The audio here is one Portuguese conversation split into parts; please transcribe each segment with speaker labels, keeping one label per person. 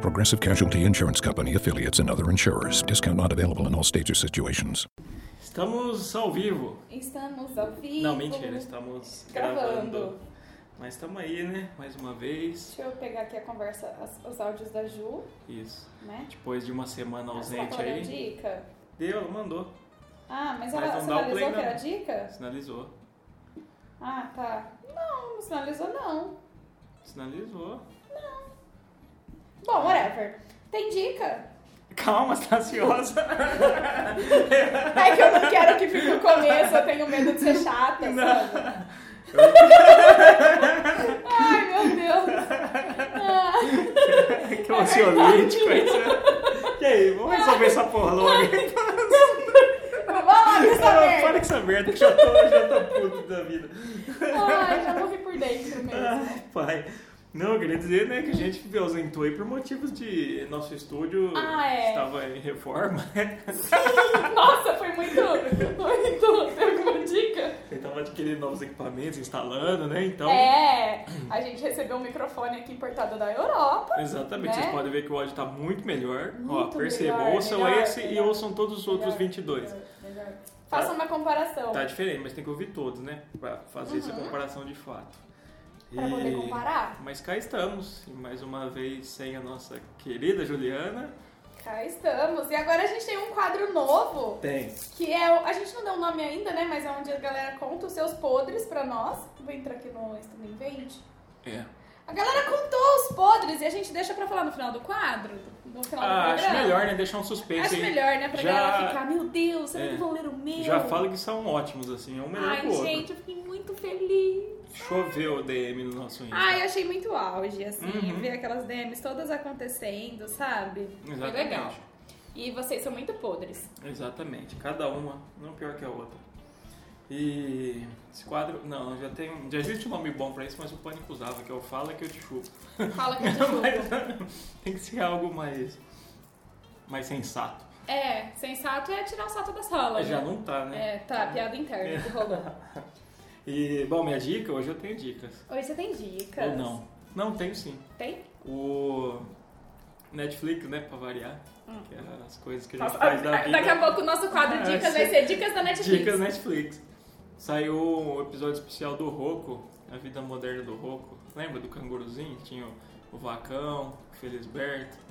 Speaker 1: Progressive Casualty Insurance Company, affiliates, and other insurers. Discount not available in all states or situations.
Speaker 2: Estamos ao vivo.
Speaker 3: Estamos ao vivo.
Speaker 2: Não, mentira, estamos
Speaker 3: Gravando.
Speaker 2: gravando. Mas estamos aí, né? Mais uma vez.
Speaker 3: Deixa eu pegar aqui a conversa, as- os áudios da Ju,
Speaker 2: Isso.
Speaker 3: né?
Speaker 2: Depois de uma semana
Speaker 3: Ah, você tá
Speaker 2: ausente
Speaker 3: falando a
Speaker 2: Tipo, aí.
Speaker 3: dica?
Speaker 2: Deu, ela mandou.
Speaker 3: Ah, mas
Speaker 2: Mas
Speaker 3: ela
Speaker 2: não dá o
Speaker 3: sinalizou
Speaker 2: play,
Speaker 3: que era
Speaker 2: não.
Speaker 3: dica?
Speaker 2: Sinalizou.
Speaker 3: Ah, tá. Não, não sinalizou não.
Speaker 2: Sinalizou.
Speaker 3: Bom, whatever. Tem dica?
Speaker 2: Calma, você tá ansiosa.
Speaker 3: É que eu não quero que fique o começo, eu tenho medo de ser chata, sabe? Ai, meu Deus. Ah,
Speaker 2: que ansiolítico isso. E aí, vamos resolver essa porra logo.
Speaker 3: Ah. vamos lá,
Speaker 2: Ah,
Speaker 3: Gustavo.
Speaker 2: Para com essa merda que já tô, já tô puto da vida.
Speaker 3: Ai, já morri por dentro mesmo.
Speaker 2: Ai, pai. Não, eu queria dizer, né, que a gente ausentou aí por motivos de nosso estúdio
Speaker 3: Ah, é.
Speaker 2: estava em reforma, né?
Speaker 3: Nossa, foi muito, muito. Tem alguma dica?
Speaker 2: Ele tava adquirindo novos equipamentos, instalando, né? Então,
Speaker 3: É, a gente recebeu um microfone aqui importado da Europa.
Speaker 2: exatamente,
Speaker 3: Né?
Speaker 2: vocês podem ver que o áudio tá muito melhor. Ó,
Speaker 3: Muito
Speaker 2: percebam,
Speaker 3: melhor,
Speaker 2: ouçam
Speaker 3: melhor,
Speaker 2: esse e
Speaker 3: melhor.
Speaker 2: ouçam todos os outros 22.
Speaker 3: Faça uma comparação.
Speaker 2: Tá diferente, mas tem que ouvir todos, né? Pra fazer essa comparação de fato.
Speaker 3: Uhum. Pra poder comparar.
Speaker 2: Mas cá estamos, e mais uma vez sem a nossa querida Juliana.
Speaker 3: Cá estamos. E agora a gente tem um quadro novo,
Speaker 2: Tem.
Speaker 3: que é. o- A gente não deu o nome ainda, né? Mas é onde a galera conta os seus podres pra nós. Vou entrar aqui no Insta do Invente.
Speaker 2: É.
Speaker 3: A galera contou os podres e a gente deixa pra falar no final do quadro. No final
Speaker 2: Ah,
Speaker 3: do
Speaker 2: acho
Speaker 3: programa.
Speaker 2: melhor, né? Deixar um suspense
Speaker 3: Acho
Speaker 2: aí.
Speaker 3: melhor, né? Pra
Speaker 2: Já-
Speaker 3: galera ficar, meu Deus, será
Speaker 2: É.
Speaker 3: que vão ler o meu?
Speaker 2: Já fala que são ótimos, assim, é um melhor que
Speaker 3: Ai,
Speaker 2: o outro.
Speaker 3: gente, eu fiquei muito feliz.
Speaker 2: Choveu o DM no nosso Insta.
Speaker 3: Ai, eu achei muito auge, assim,
Speaker 2: Então. Uhum.
Speaker 3: ver aquelas DMs todas acontecendo, sabe? Foi
Speaker 2: Exatamente.
Speaker 3: legal. E vocês são muito podres.
Speaker 2: Exatamente, cada uma, não pior que a outra. E esse quadro, não, já tem, um- já existe um nome bom pra isso, mas o Pânico usava, que é o Fala que eu te chupo.
Speaker 3: Fala que eu te chupo.
Speaker 2: Mas tem que ser algo mais, mais sensato.
Speaker 3: É, sensato é tirar o sato da sala.
Speaker 2: Mas já
Speaker 3: né?
Speaker 2: não tá, né?
Speaker 3: É, tá, piada interna que rolou.
Speaker 2: E, bom, minha dica, hoje eu tenho dicas.
Speaker 3: Hoje você tem dicas?
Speaker 2: Ou não. Não, tenho sim.
Speaker 3: Tem?
Speaker 2: O Netflix, né, pra variar, que é as coisas que a gente
Speaker 3: Hum. Nossa,
Speaker 2: faz da
Speaker 3: ah,
Speaker 2: vida.
Speaker 3: daqui a pouco o nosso quadro
Speaker 2: Ah,
Speaker 3: Dicas
Speaker 2: sim.
Speaker 3: vai ser Dicas da Netflix.
Speaker 2: Dicas né? Netflix. Saiu um episódio especial do Roco, a vida moderna do Roco. Lembra do canguruzinho? Tinha o- o Vacão, o Felisberto.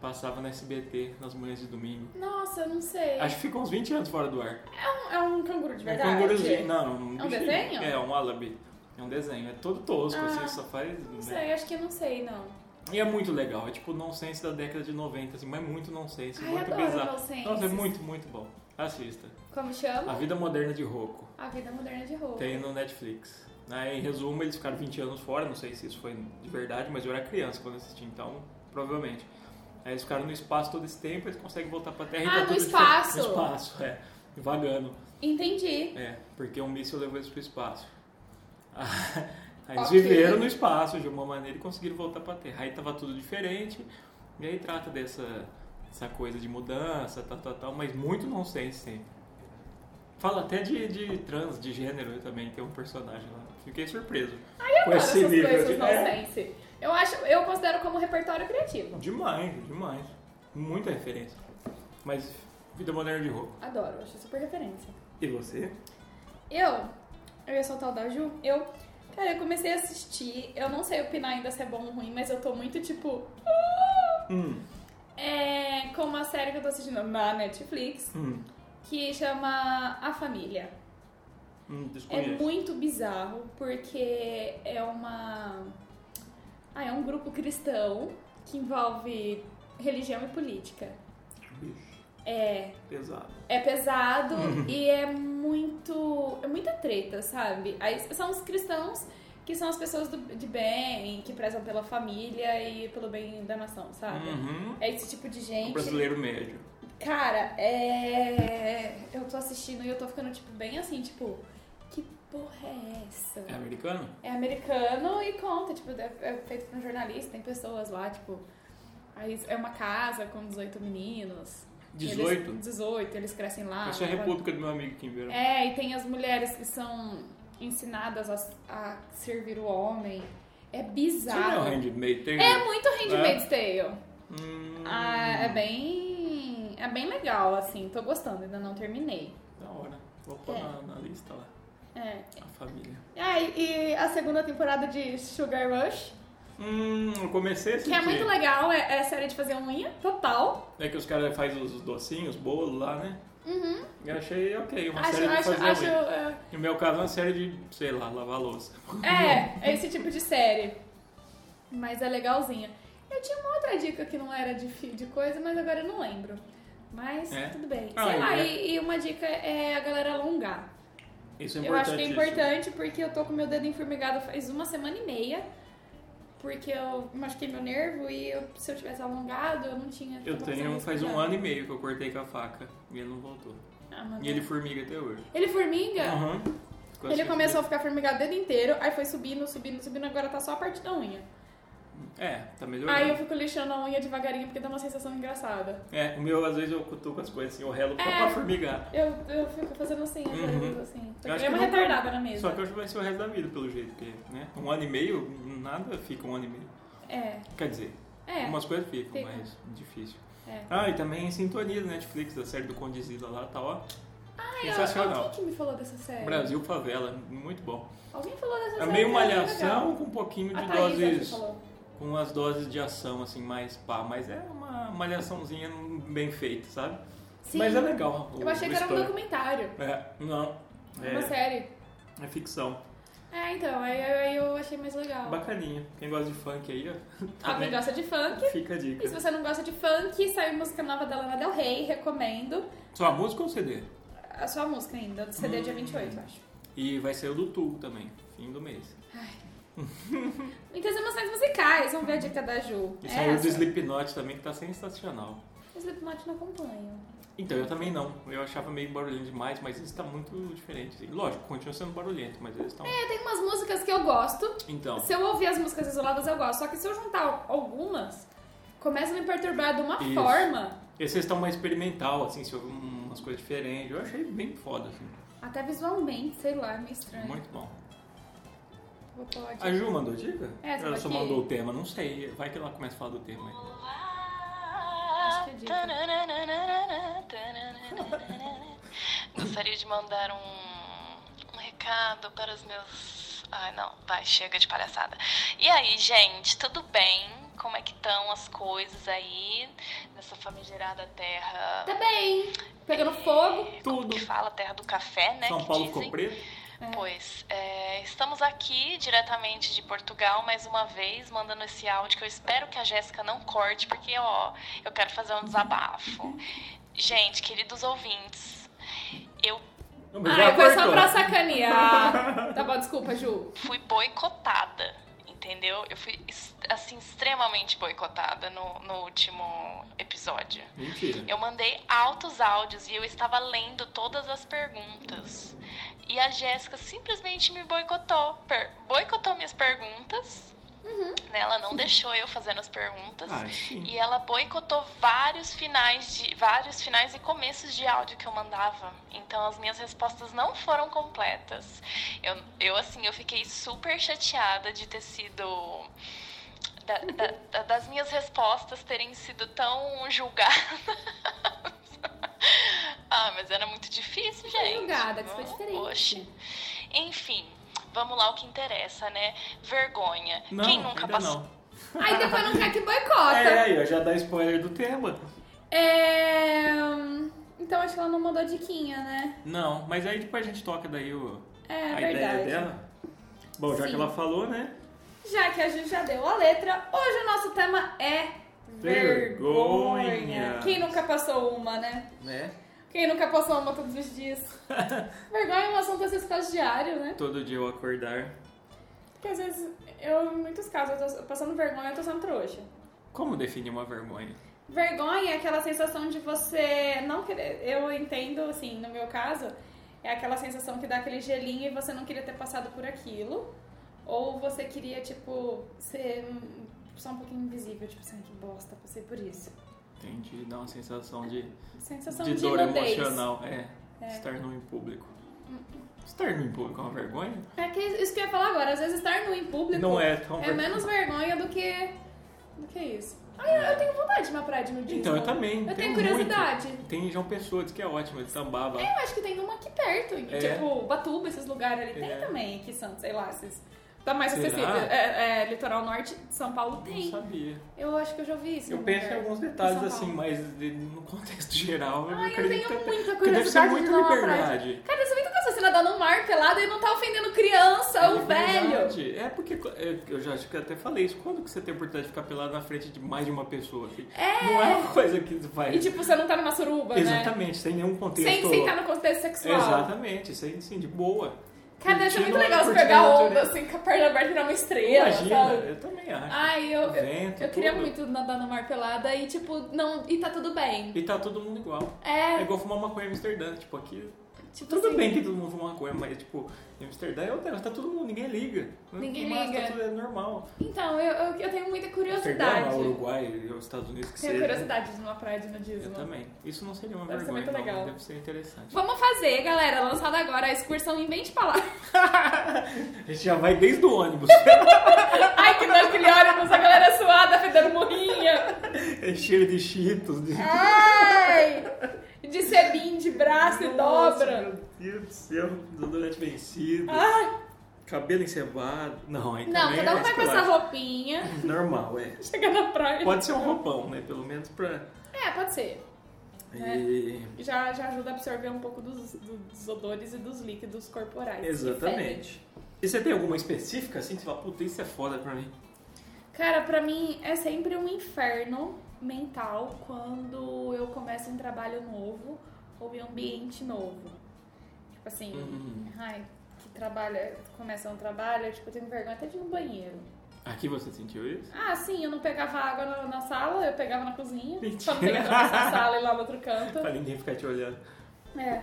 Speaker 2: Passava na SBT nas manhãs de domingo.
Speaker 3: Nossa, eu não sei.
Speaker 2: Acho que ficou uns 20 anos fora do ar.
Speaker 3: É, um, é um canguru de
Speaker 2: É um
Speaker 3: verdade?
Speaker 2: canguruzinho, não. Um
Speaker 3: É um
Speaker 2: bichinho.
Speaker 3: desenho?
Speaker 2: É, um wallaby. É um desenho. É todo tosco,
Speaker 3: Ah,
Speaker 2: assim, só faz. né?
Speaker 3: Não sei, acho que eu não sei, não.
Speaker 2: E é muito legal. É tipo nonsense da década de 90, assim, mas muito nonsense.
Speaker 3: Ai,
Speaker 2: muito
Speaker 3: adoro
Speaker 2: bizarro.
Speaker 3: nonsenses.
Speaker 2: Nossa, é muito, muito bom. Assista.
Speaker 3: Como
Speaker 2: A
Speaker 3: chama?
Speaker 2: vida moderna de Roco.
Speaker 3: A Vida Moderna de Roupa.
Speaker 2: Tem no Netflix. Aí, em resumo, eles ficaram 20 anos fora, não sei se isso foi de verdade, mas eu era criança quando assisti, então provavelmente. Aí eles ficaram no espaço todo esse tempo, eles conseguem voltar pra Terra e
Speaker 3: Ah,
Speaker 2: tá
Speaker 3: no
Speaker 2: tudo
Speaker 3: espaço.
Speaker 2: diferente. No espaço, é. Vagando.
Speaker 3: Entendi.
Speaker 2: É, porque um míssil levou eles pro espaço. Aí eles
Speaker 3: Ok.
Speaker 2: viveram no espaço de uma maneira e conseguiram voltar pra Terra. Aí tava tudo diferente, e aí trata dessa essa coisa de mudança, tal, tal, tal, mas muito nonsense sempre. Fala até de, de trans, de gênero também, tem um personagem lá. Fiquei surpreso.
Speaker 3: Ai, eu
Speaker 2: Com
Speaker 3: adoro
Speaker 2: esse
Speaker 3: essas
Speaker 2: nível
Speaker 3: coisas
Speaker 2: de- É.
Speaker 3: nonsense. Eu acho, eu considero como repertório criativo.
Speaker 2: Demais, demais. Muita referência. Mas vida moderna de roupa.
Speaker 3: Adoro, acho super referência.
Speaker 2: E você?
Speaker 3: Eu, eu ia soltar o da Ju, eu, cara, eu comecei a assistir, eu não sei opinar ainda se é bom ou ruim, mas eu tô muito tipo, "Ah!"
Speaker 2: Hum,
Speaker 3: é, com uma série que eu tô assistindo na Netflix,
Speaker 2: hum,
Speaker 3: que chama A Família.
Speaker 2: hum,
Speaker 3: É
Speaker 2: desconheço.
Speaker 3: muito bizarro, porque é uma. Ah, é um grupo cristão que envolve religião e política.
Speaker 2: Bicho,
Speaker 3: É,
Speaker 2: pesado.
Speaker 3: É pesado e é muito. É muita treta, sabe? Aí são os cristãos que são as pessoas do- de bem, que prezam pela família e pelo bem da nação, sabe?
Speaker 2: Uhum.
Speaker 3: É esse tipo de
Speaker 2: Um
Speaker 3: Tá. gente.
Speaker 2: brasileiro médio.
Speaker 3: Cara, é. Eu tô assistindo e eu tô ficando, tipo, bem assim, tipo, que porra é essa?
Speaker 2: É americano?
Speaker 3: É americano e conta, tipo, é é feito por um jornalista, tem pessoas lá, tipo. Aí é uma casa com 18 meninos. E eles-
Speaker 2: 18?
Speaker 3: 18, eles crescem lá.
Speaker 2: Essa é a
Speaker 3: trabalham-
Speaker 2: república do meu amigo Kimber.
Speaker 3: É, e tem as mulheres que são ensinadas a, a servir o homem.
Speaker 2: Você
Speaker 3: É
Speaker 2: não é o
Speaker 3: bizarro.
Speaker 2: handmade Taylor?
Speaker 3: É muito Handmaid's Tale.
Speaker 2: Hum,
Speaker 3: Ah, é bem. É bem legal, assim. Tô gostando, ainda não terminei.
Speaker 2: Da hora. Vou pôr
Speaker 3: É.
Speaker 2: na, na lista lá.
Speaker 3: É.
Speaker 2: A família.
Speaker 3: Ah, e, e a segunda temporada de Sugar Rush,
Speaker 2: Hum, eu comecei a
Speaker 3: que é
Speaker 2: assistir.
Speaker 3: muito legal, é, é série de fazer unha, total.
Speaker 2: É que os caras fazem os docinhos, bolo lá, né?
Speaker 3: Uhum.
Speaker 2: Eu achei ok, É uma
Speaker 3: Acho,
Speaker 2: série de
Speaker 3: acho,
Speaker 2: fazer
Speaker 3: acho.
Speaker 2: unha.
Speaker 3: é-
Speaker 2: No meu caso, é uma série de, sei lá, lavar louça.
Speaker 3: É, é esse tipo de série. Mas é legalzinha. Eu tinha uma outra dica que não era de, fi- de coisa, mas agora eu não lembro. Mas
Speaker 2: É?
Speaker 3: tudo bem.
Speaker 2: Ah,
Speaker 3: Sei lá,
Speaker 2: é.
Speaker 3: e, e uma dica é a galera alongar.
Speaker 2: Isso é
Speaker 3: eu acho que é
Speaker 2: importantíssimo.
Speaker 3: importante porque eu tô com meu dedo enformigado faz uma semana e meia. Porque eu machuquei meu nervo e eu- se eu tivesse alongado, eu não tinha.
Speaker 2: Eu
Speaker 3: tomado
Speaker 2: tenho
Speaker 3: essa
Speaker 2: faz um
Speaker 3: respirada.
Speaker 2: ano e meio que eu cortei com a faca e ele não voltou.
Speaker 3: Ah, mano.
Speaker 2: E ele formiga até hoje.
Speaker 3: Ele formiga?
Speaker 2: Aham. Com
Speaker 3: É. Ele
Speaker 2: essa-
Speaker 3: começou a ficar formigado o dedo inteiro, aí foi subindo, subindo, subindo, agora tá só a parte da unha.
Speaker 2: É, tá melhorando.
Speaker 3: Aí eu fico lixando a unha devagarinho porque dá uma sensação engraçada.
Speaker 2: É, o meu, às vezes, eu cutuco as coisas assim, eu relo só
Speaker 3: É.
Speaker 2: pra formigar.
Speaker 3: Eu, eu fico fazendo assim,
Speaker 2: Uhum.
Speaker 3: fazendo assim.
Speaker 2: Eu acho
Speaker 3: é
Speaker 2: que
Speaker 3: uma
Speaker 2: nunca-
Speaker 3: retardada na mesa.
Speaker 2: Só que eu acho que vai ser o resto da vida, pelo jeito, porque, né? Um ano e meio, nada fica um ano e meio.
Speaker 3: É.
Speaker 2: Quer dizer,
Speaker 3: É.
Speaker 2: algumas coisas ficam,
Speaker 3: Fica.
Speaker 2: mas difícil.
Speaker 3: É.
Speaker 2: Ah, e também em sintonia do Netflix, a série do Condizila lá tá, ó.
Speaker 3: Ai,
Speaker 2: sensacional.
Speaker 3: Alguém que me falou dessa série?
Speaker 2: Brasil Favela, muito bom.
Speaker 3: Alguém falou dessa
Speaker 2: É
Speaker 3: série?
Speaker 2: meio
Speaker 3: que
Speaker 2: uma
Speaker 3: era muito legal.
Speaker 2: alhação com um pouquinho de
Speaker 3: A Thaís, acho que
Speaker 2: doses.
Speaker 3: falou.
Speaker 2: Com as doses de ação, assim, mais pá, mas é uma malhaçãozinha bem feita, sabe?
Speaker 3: Sim.
Speaker 2: Mas é legal. o-
Speaker 3: Eu achei
Speaker 2: o
Speaker 3: que era um
Speaker 2: histórico.
Speaker 3: documentário.
Speaker 2: É, não.
Speaker 3: Uma
Speaker 2: É,
Speaker 3: série.
Speaker 2: é ficção.
Speaker 3: É, então, aí, aí eu achei mais legal.
Speaker 2: Bacaninha. Quem gosta de funk aí, ó.
Speaker 3: Alguém
Speaker 2: também
Speaker 3: Ah, gosta de funk.
Speaker 2: Fica a dica.
Speaker 3: E se você não gosta de funk, saiu música nova da Lana Del Rey, recomendo.
Speaker 2: Só a música ou CD?
Speaker 3: A sua música ainda, do CD
Speaker 2: Hum.
Speaker 3: dia 28, eu acho.
Speaker 2: E vai sair o do Tool também, fim do mês.
Speaker 3: Muitas emoções musicais, vamos ver a dica da Ju.
Speaker 2: E saiu o do
Speaker 3: É, essa.
Speaker 2: Slipknot também, que tá sensacional.
Speaker 3: Slipknot não acompanho.
Speaker 2: Então, eu também não. Eu achava meio barulhento demais, mas esse tá muito diferente. assim. Lógico, continua sendo barulhento, mas eles estão...
Speaker 3: É, tem umas músicas que eu gosto.
Speaker 2: Então,
Speaker 3: Se eu ouvir as músicas isoladas, eu gosto. Só que se eu juntar algumas, começa a me perturbar de uma
Speaker 2: Isso.
Speaker 3: forma.
Speaker 2: esses estão mais experimental, assim, se houve umas coisas diferentes. Eu achei bem foda, assim.
Speaker 3: Até visualmente, sei lá, é meio estranho.
Speaker 2: Muito bom.
Speaker 3: Vou falar de-
Speaker 2: A Ju mandou dica?
Speaker 3: É, você
Speaker 2: Ela só
Speaker 3: vai que-
Speaker 2: mandou o tema, não sei. Vai que ela começa a falar do tema aí.
Speaker 3: Acho que é dica.
Speaker 4: Gostaria de mandar um, um recado para os meus. Ai, não, vai, chega de palhaçada. E aí, gente, tudo bem? Como é que estão as coisas aí nessa famigerada terra?
Speaker 3: Tá bem. Pegando fogo.
Speaker 4: Como
Speaker 2: Tudo.
Speaker 4: que fala? Terra do café, né?
Speaker 2: São
Speaker 4: que
Speaker 2: Paulo
Speaker 4: dizem.
Speaker 2: ficou preto?
Speaker 4: Pois, é, estamos aqui diretamente de Portugal mais uma vez, mandando esse áudio que eu espero que a Jéssica não corte, porque ó, eu quero fazer um desabafo. Gente, queridos ouvintes, eu
Speaker 2: Não, mas
Speaker 3: Ah,
Speaker 4: é,
Speaker 2: ela
Speaker 3: foi só
Speaker 2: cortou.
Speaker 3: pra sacanear. tá bom, desculpa, Ju.
Speaker 4: fui boicotada, entendeu? Eu fui es- assim extremamente boicotada no, no último episódio.
Speaker 2: Mentira.
Speaker 4: Eu mandei altos áudios e eu estava lendo todas as perguntas. E a Jéssica simplesmente me boicotou. per- boicotou minhas perguntas. né? Ela não deixou eu fazendo as perguntas.
Speaker 2: Ah, sim.
Speaker 4: E ela boicotou vários finais de vários finais e começos de áudio que eu mandava. Então as minhas respostas não foram completas. Eu, eu assim, eu fiquei super chateada de ter sido da- da- da- das minhas respostas terem sido tão julgadas. ah, mas era muito difícil, gente.
Speaker 3: julgada, que isso foi
Speaker 4: Não,
Speaker 3: diferente.
Speaker 4: Oxe. Enfim, vamos lá o que interessa, né? Vergonha.
Speaker 2: Não,
Speaker 4: Quem nunca
Speaker 2: ainda
Speaker 4: passou
Speaker 2: não.
Speaker 3: Aí depois não quer que
Speaker 2: É,
Speaker 3: boicota.
Speaker 2: aí, ó, já dá spoiler do tema.
Speaker 3: É. hum, Então acho que ela não mandou diquinha, né?
Speaker 2: Não, mas aí depois a gente toca daí o,
Speaker 3: É
Speaker 2: a
Speaker 3: verdade.
Speaker 2: ideia dela. Bom, já
Speaker 3: Sim.
Speaker 2: que ela falou, né?
Speaker 3: Já que a Ju já deu a letra, hoje o nosso tema é vergonha.
Speaker 2: Vergonha.
Speaker 3: Quem nunca passou uma, né?
Speaker 2: Né?
Speaker 3: Quem nunca passou uma todos os dias? vergonha é um assunto às vezes quase diário, né?
Speaker 2: Todo dia eu acordar.
Speaker 3: Porque às vezes, eu, em muitos casos, eu tô passando vergonha, eu tô sendo trouxa.
Speaker 2: Como definir uma vergonha?
Speaker 3: Vergonha é aquela sensação de você não querer. Eu entendo, assim, no meu caso, é aquela sensação que dá aquele gelinho e você não queria ter passado por aquilo. Ou você queria, tipo, ser hum, só um pouquinho invisível, tipo assim, que bosta, passei por isso.
Speaker 2: Entendi, dá uma sensação de,
Speaker 3: Sensação
Speaker 2: de
Speaker 3: de,
Speaker 2: dor
Speaker 3: nudez.
Speaker 2: emocional. É,
Speaker 3: É.
Speaker 2: estar nu em público.
Speaker 4: Uhum.
Speaker 2: Estar nu em público é uma vergonha?
Speaker 3: É que isso que eu ia falar agora, às vezes estar nu em público
Speaker 2: Não é tão
Speaker 3: é
Speaker 2: vergonha.
Speaker 3: menos vergonha do que do que isso. Ai, eu, eu tenho vontade de uma praia de nudismo.
Speaker 2: É. Então, eu também.
Speaker 3: Eu tenho
Speaker 2: tenho
Speaker 3: curiosidade.
Speaker 2: muito. Tem João Pessoa, diz que é ótimo, de Tambaba.
Speaker 4: É,
Speaker 3: Eu acho que tem uma aqui perto, em,
Speaker 2: É.
Speaker 3: tipo Batuba, esses lugares ali. Tem
Speaker 2: É.
Speaker 3: também aqui em Santos, sei lá, esses. Tá mais
Speaker 2: Será?
Speaker 3: acessível. É, é, litoral norte de São Paulo
Speaker 2: Não
Speaker 3: tem.
Speaker 2: sabia.
Speaker 3: Eu acho que eu já vi isso. em
Speaker 2: Eu
Speaker 3: algum
Speaker 2: penso em
Speaker 3: lugar.
Speaker 2: alguns
Speaker 3: Em
Speaker 2: detalhes
Speaker 3: São
Speaker 2: assim,
Speaker 3: Paulo.
Speaker 2: mas de- no contexto geral, eu
Speaker 3: Ai, eu
Speaker 2: acredito.
Speaker 3: tenho
Speaker 2: até-
Speaker 3: muita
Speaker 2: porque deve ser
Speaker 3: curiosidade de
Speaker 2: muita
Speaker 3: dar uma
Speaker 2: liberdade.
Speaker 3: Cara, você vem com essa cena dá no mar pelado e não tá ofendendo criança
Speaker 2: É
Speaker 3: ou velho.
Speaker 2: liberdade. É porque é, eu já acho que até falei isso. Quando que você tem a oportunidade de ficar pelado na frente de mais de uma pessoa? assim?
Speaker 3: É.
Speaker 2: Não é uma coisa que vai.
Speaker 3: E tipo, você não tá numa suruba, né?
Speaker 2: Exatamente, sem nenhum contexto.
Speaker 3: Sem, sem estar no contexto sexual.
Speaker 2: Exatamente, sem assim, de boa.
Speaker 3: Cara, deve ser
Speaker 2: Curtindo
Speaker 3: muito
Speaker 2: a-
Speaker 3: legal você
Speaker 2: curtindo
Speaker 3: pegar
Speaker 2: a
Speaker 3: onda,
Speaker 2: natureza.
Speaker 3: assim, com a perna aberta e virar uma estrela,
Speaker 2: Imagina,
Speaker 3: sabe? Ah.
Speaker 2: eu também acho.
Speaker 3: Ai, eu, eu,
Speaker 2: Vento,
Speaker 3: eu queria
Speaker 2: tudo.
Speaker 3: muito nadar no mar pelada e, tipo, não... E tá tudo bem.
Speaker 2: E tá todo mundo igual. É
Speaker 3: É,
Speaker 2: igual fumar maconha em Amsterdã, tipo, aqui.
Speaker 3: tipo
Speaker 2: Tudo
Speaker 3: assim,
Speaker 2: bem que todo mundo fuma maconha, mas tipo, em Amsterdã é o negócio, tá todo mundo, ninguém liga.
Speaker 3: Ninguém
Speaker 2: Mas
Speaker 3: liga.
Speaker 2: Tá tudo é normal.
Speaker 3: Então, eu, eu, eu tenho muita
Speaker 2: Amsterdã,
Speaker 3: curiosidade.
Speaker 2: lá, Uruguai, os Estados Unidos que
Speaker 3: Tenho
Speaker 2: seja.
Speaker 3: curiosidade de uma praia de
Speaker 2: Eu
Speaker 3: nudismo.
Speaker 2: também. Isso não seria uma
Speaker 3: Deve ser
Speaker 2: vergonha,
Speaker 3: muito
Speaker 2: não.
Speaker 3: legal.
Speaker 2: Deve ser interessante.
Speaker 3: Vamos fazer, galera. Lançada agora a excursão Invente Palavras.
Speaker 2: A gente já vai desde o ônibus.
Speaker 3: Ai, que nojo que ele olha com essa galera suada, fedendo morrinha.
Speaker 2: é cheiro de cheetos, de.
Speaker 3: Ai! De sebim, de braço e Ah, dobra.
Speaker 2: Meu Deus do céu, desodorante vencido.
Speaker 3: Ai,
Speaker 2: Cabelo encebado. Não, aí
Speaker 3: não,
Speaker 2: também
Speaker 3: cada um
Speaker 2: é
Speaker 3: vai com essa
Speaker 2: escolar.
Speaker 3: roupinha.
Speaker 2: Normal, é.
Speaker 3: Chega na praia.
Speaker 2: Pode ser um roupão, né? Pelo menos pra.
Speaker 3: É, pode ser. É.
Speaker 2: E-
Speaker 3: Já, já ajuda a absorver um pouco dos, do- dos odores e dos líquidos corporais. que fedem.
Speaker 2: Exatamente. E você tem alguma específica assim que você fala, puta, isso é foda pra mim?
Speaker 3: Cara, pra mim é sempre um inferno mental quando eu começo um trabalho novo ou em um ambiente novo. Tipo assim,
Speaker 2: Hum.
Speaker 3: ai, que trabalho, começa um trabalho, tipo, eu tenho vergonha até de ir no banheiro.
Speaker 2: Aqui você sentiu isso?
Speaker 3: Ah, sim, eu não pegava água na, na sala, eu pegava na cozinha.
Speaker 2: Mentira.
Speaker 3: Só não pegava na sala e lá no outro canto.
Speaker 2: Pra ninguém ficar te olhando.
Speaker 3: É.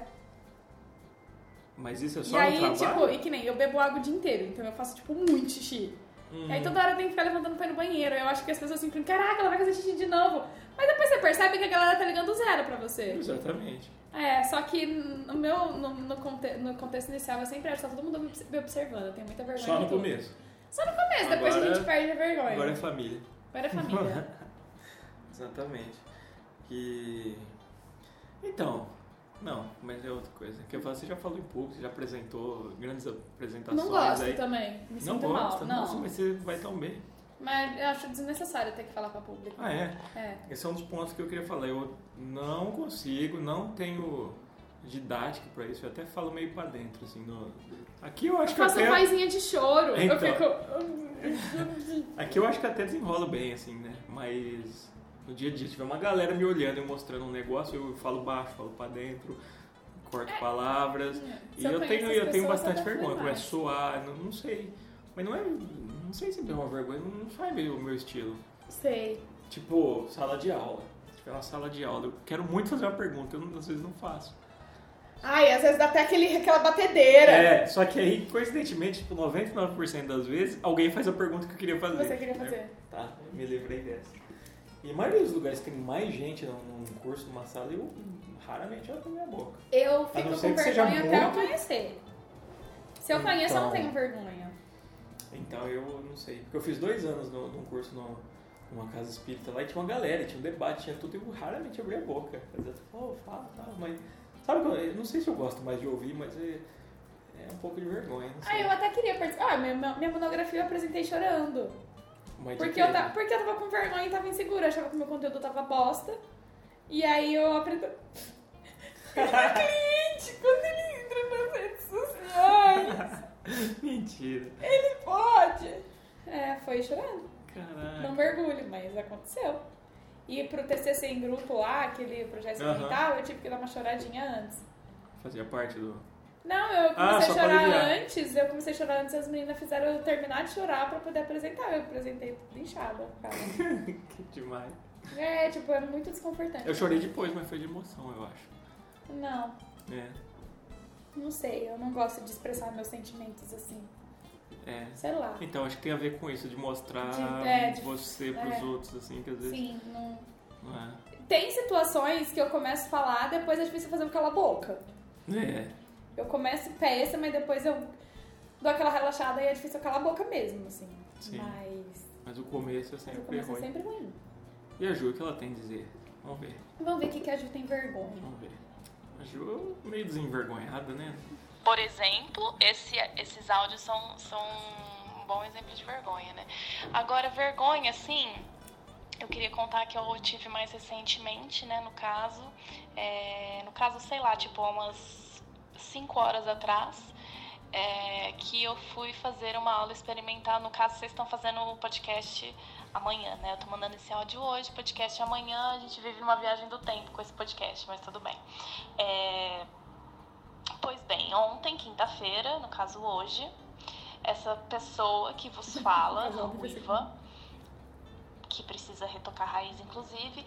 Speaker 2: Mas isso é
Speaker 3: E
Speaker 2: só
Speaker 3: aí,
Speaker 2: no
Speaker 3: tipo,
Speaker 2: trabalho?
Speaker 3: e que nem eu bebo água o dia inteiro, então eu faço, tipo, muito xixi.
Speaker 2: Hum.
Speaker 3: E aí toda hora eu tenho que ficar levantando pra ir no banheiro. Eu acho que as pessoas ficam, caraca, ela vai fazer xixi de novo. Mas depois você percebe que a galera tá ligando zero pra você.
Speaker 2: Exatamente.
Speaker 3: É, só que no meu, no, no, conte- no contexto inicial, eu sempre acho que tá todo mundo me observando. Eu tenho muita vergonha.
Speaker 2: Só
Speaker 3: de
Speaker 2: no
Speaker 3: tudo.
Speaker 2: começo.
Speaker 3: Só no começo, depois
Speaker 2: Agora-
Speaker 3: a gente perde a vergonha.
Speaker 2: Agora é
Speaker 3: Agora,
Speaker 2: família.
Speaker 3: é família.
Speaker 2: Exatamente. E. Então. Não, mas é outra coisa. Que eu falo, você já falou em público, você já apresentou grandes apresentações.
Speaker 3: não gosto
Speaker 2: aí.
Speaker 3: também. Me
Speaker 2: Tá Não
Speaker 3: sinto
Speaker 2: gosta,
Speaker 3: mal. Não.
Speaker 2: nossa, mas você vai tão bem.
Speaker 3: Mas eu acho desnecessário ter que falar pra público.
Speaker 2: Ah, é.
Speaker 3: É.
Speaker 2: Esse é um dos pontos que eu queria falar. Eu não consigo, não tenho didática pra isso. Eu até falo meio pra dentro, assim. No... Aqui Tipo, eu acho
Speaker 3: Eu
Speaker 2: que
Speaker 3: faço
Speaker 2: até.
Speaker 3: vozinha de choro.
Speaker 2: Então.
Speaker 3: Eu fico.
Speaker 2: Aqui eu acho É que até desenrola bem, assim, né? Mas no dia a dia, se tiver uma galera me olhando e mostrando um negócio, eu falo baixo, falo pra dentro, corto palavras.
Speaker 3: Se
Speaker 2: E eu,
Speaker 3: É. conheço
Speaker 2: tenho,
Speaker 3: as
Speaker 2: eu tenho
Speaker 3: pessoas,
Speaker 2: bastante
Speaker 3: eu até
Speaker 2: vergonha,
Speaker 3: fui
Speaker 2: começo
Speaker 3: mais.
Speaker 2: a soar, não, não sei. Mas não é. Não sei se é uma vergonha, não não faz meio o meu estilo.
Speaker 3: Sei.
Speaker 2: Tipo, sala de aula. Se tiver uma sala de aula, eu quero muito fazer uma pergunta, eu não- às vezes não faço.
Speaker 3: Ai, às vezes dá até aquele, aquela batedeira.
Speaker 2: É, só que aí, coincidentemente, tipo, 99% das vezes, alguém faz a pergunta que eu queria fazer.
Speaker 3: Você queria fazer.
Speaker 2: Tá, me livrei dessa. E a maioria dos lugares que tem mais gente num, num curso, numa sala, eu raramente abro minha boca.
Speaker 3: Eu
Speaker 2: A
Speaker 3: fico
Speaker 2: não
Speaker 3: com
Speaker 2: ser que seja
Speaker 3: vergonha até eu
Speaker 2: muito-
Speaker 3: conhecer. Se eu conheço, eu não
Speaker 2: Então.
Speaker 3: tenho vergonha.
Speaker 2: Então eu não sei. Porque eu fiz dois anos no- num curso no- numa casa espírita lá e tinha uma galera, tinha um debate, tinha tudo, e eu raramente abri a boca. Às vezes eu falo, "Ô, fala, tal, mas. Sabe, quando- eu não sei se eu gosto mais de ouvir, mas é, é um pouco de vergonha. Não sei.
Speaker 3: Ah, eu até queria participar. Ah, minha, minha monografia eu apresentei chorando.
Speaker 2: Mas é de
Speaker 3: Porque
Speaker 2: quê?
Speaker 3: eu, tava, porque eu tava com vergonha e tava insegura. Eu achava que meu conteúdo tava bosta. E aí eu aprendi. cliente, quando ele entra nas redes sociais,
Speaker 2: Mentira.
Speaker 3: ele pode. É, foi chorando. Não
Speaker 2: Caraca.
Speaker 3: um mergulho, mas aconteceu. E pro TCC em grupo lá, aquele projeto
Speaker 2: Aham.
Speaker 3: experimental, eu tive que dar uma choradinha antes.
Speaker 2: Fazia parte do.
Speaker 3: Não, eu
Speaker 2: Ah,
Speaker 3: comecei
Speaker 2: só
Speaker 3: a
Speaker 2: pra
Speaker 3: chorar
Speaker 2: aliviar.
Speaker 3: antes, eu comecei a chorar antes e as meninas fizeram eu terminar de chorar pra poder apresentar. Eu apresentei inchada, cara.
Speaker 2: que demais.
Speaker 3: É, tipo, é muito desconfortante.
Speaker 2: Eu chorei depois, mas foi de emoção, eu acho.
Speaker 3: Não,
Speaker 2: É,
Speaker 3: não sei. Eu não gosto de expressar meus sentimentos assim.
Speaker 2: é.
Speaker 3: Sei lá.
Speaker 2: Então, acho que tem a ver com isso, de mostrar
Speaker 3: De- é, de-
Speaker 2: você pros
Speaker 3: é.
Speaker 2: outros, assim, que às vezes.
Speaker 3: Sim, não.
Speaker 2: Não é.
Speaker 3: Tem situações que eu começo a falar, depois é difícil fazer um cala a boca.
Speaker 2: É.
Speaker 3: Eu começo péssima e depois eu dou aquela relaxada e é difícil eu calar a boca mesmo, assim.
Speaker 2: Sim.
Speaker 3: Mas
Speaker 2: Mas o começo é
Speaker 3: eu
Speaker 2: sempre
Speaker 3: começo
Speaker 2: ruim.
Speaker 3: sempre ruim.
Speaker 2: E a Ju, o que ela tem a dizer? Vamos ver,
Speaker 3: Vamos ver o que que a Ju tem vergonha.
Speaker 2: vamos ver. A Ju é meio desenvergonhada, né?
Speaker 4: Por exemplo, esse- esses áudios são, são um bom exemplo de vergonha, né? Agora, vergonha, assim, eu queria contar que eu tive mais recentemente, né, no caso. é, no caso, sei lá, tipo, há umas 5 horas atrás, é, que eu fui fazer uma aula experimental. No caso, vocês estão fazendo o podcast amanhã, né? Eu tô mandando esse áudio hoje, podcast amanhã. A gente vive numa viagem do tempo com esse podcast, mas tudo bem. É, Pois bem, ontem, quinta-feira, no caso hoje, essa pessoa que vos fala,
Speaker 3: Mas
Speaker 4: a
Speaker 3: ontem foi assim.
Speaker 4: Ruiva, que precisa retocar a raiz, inclusive,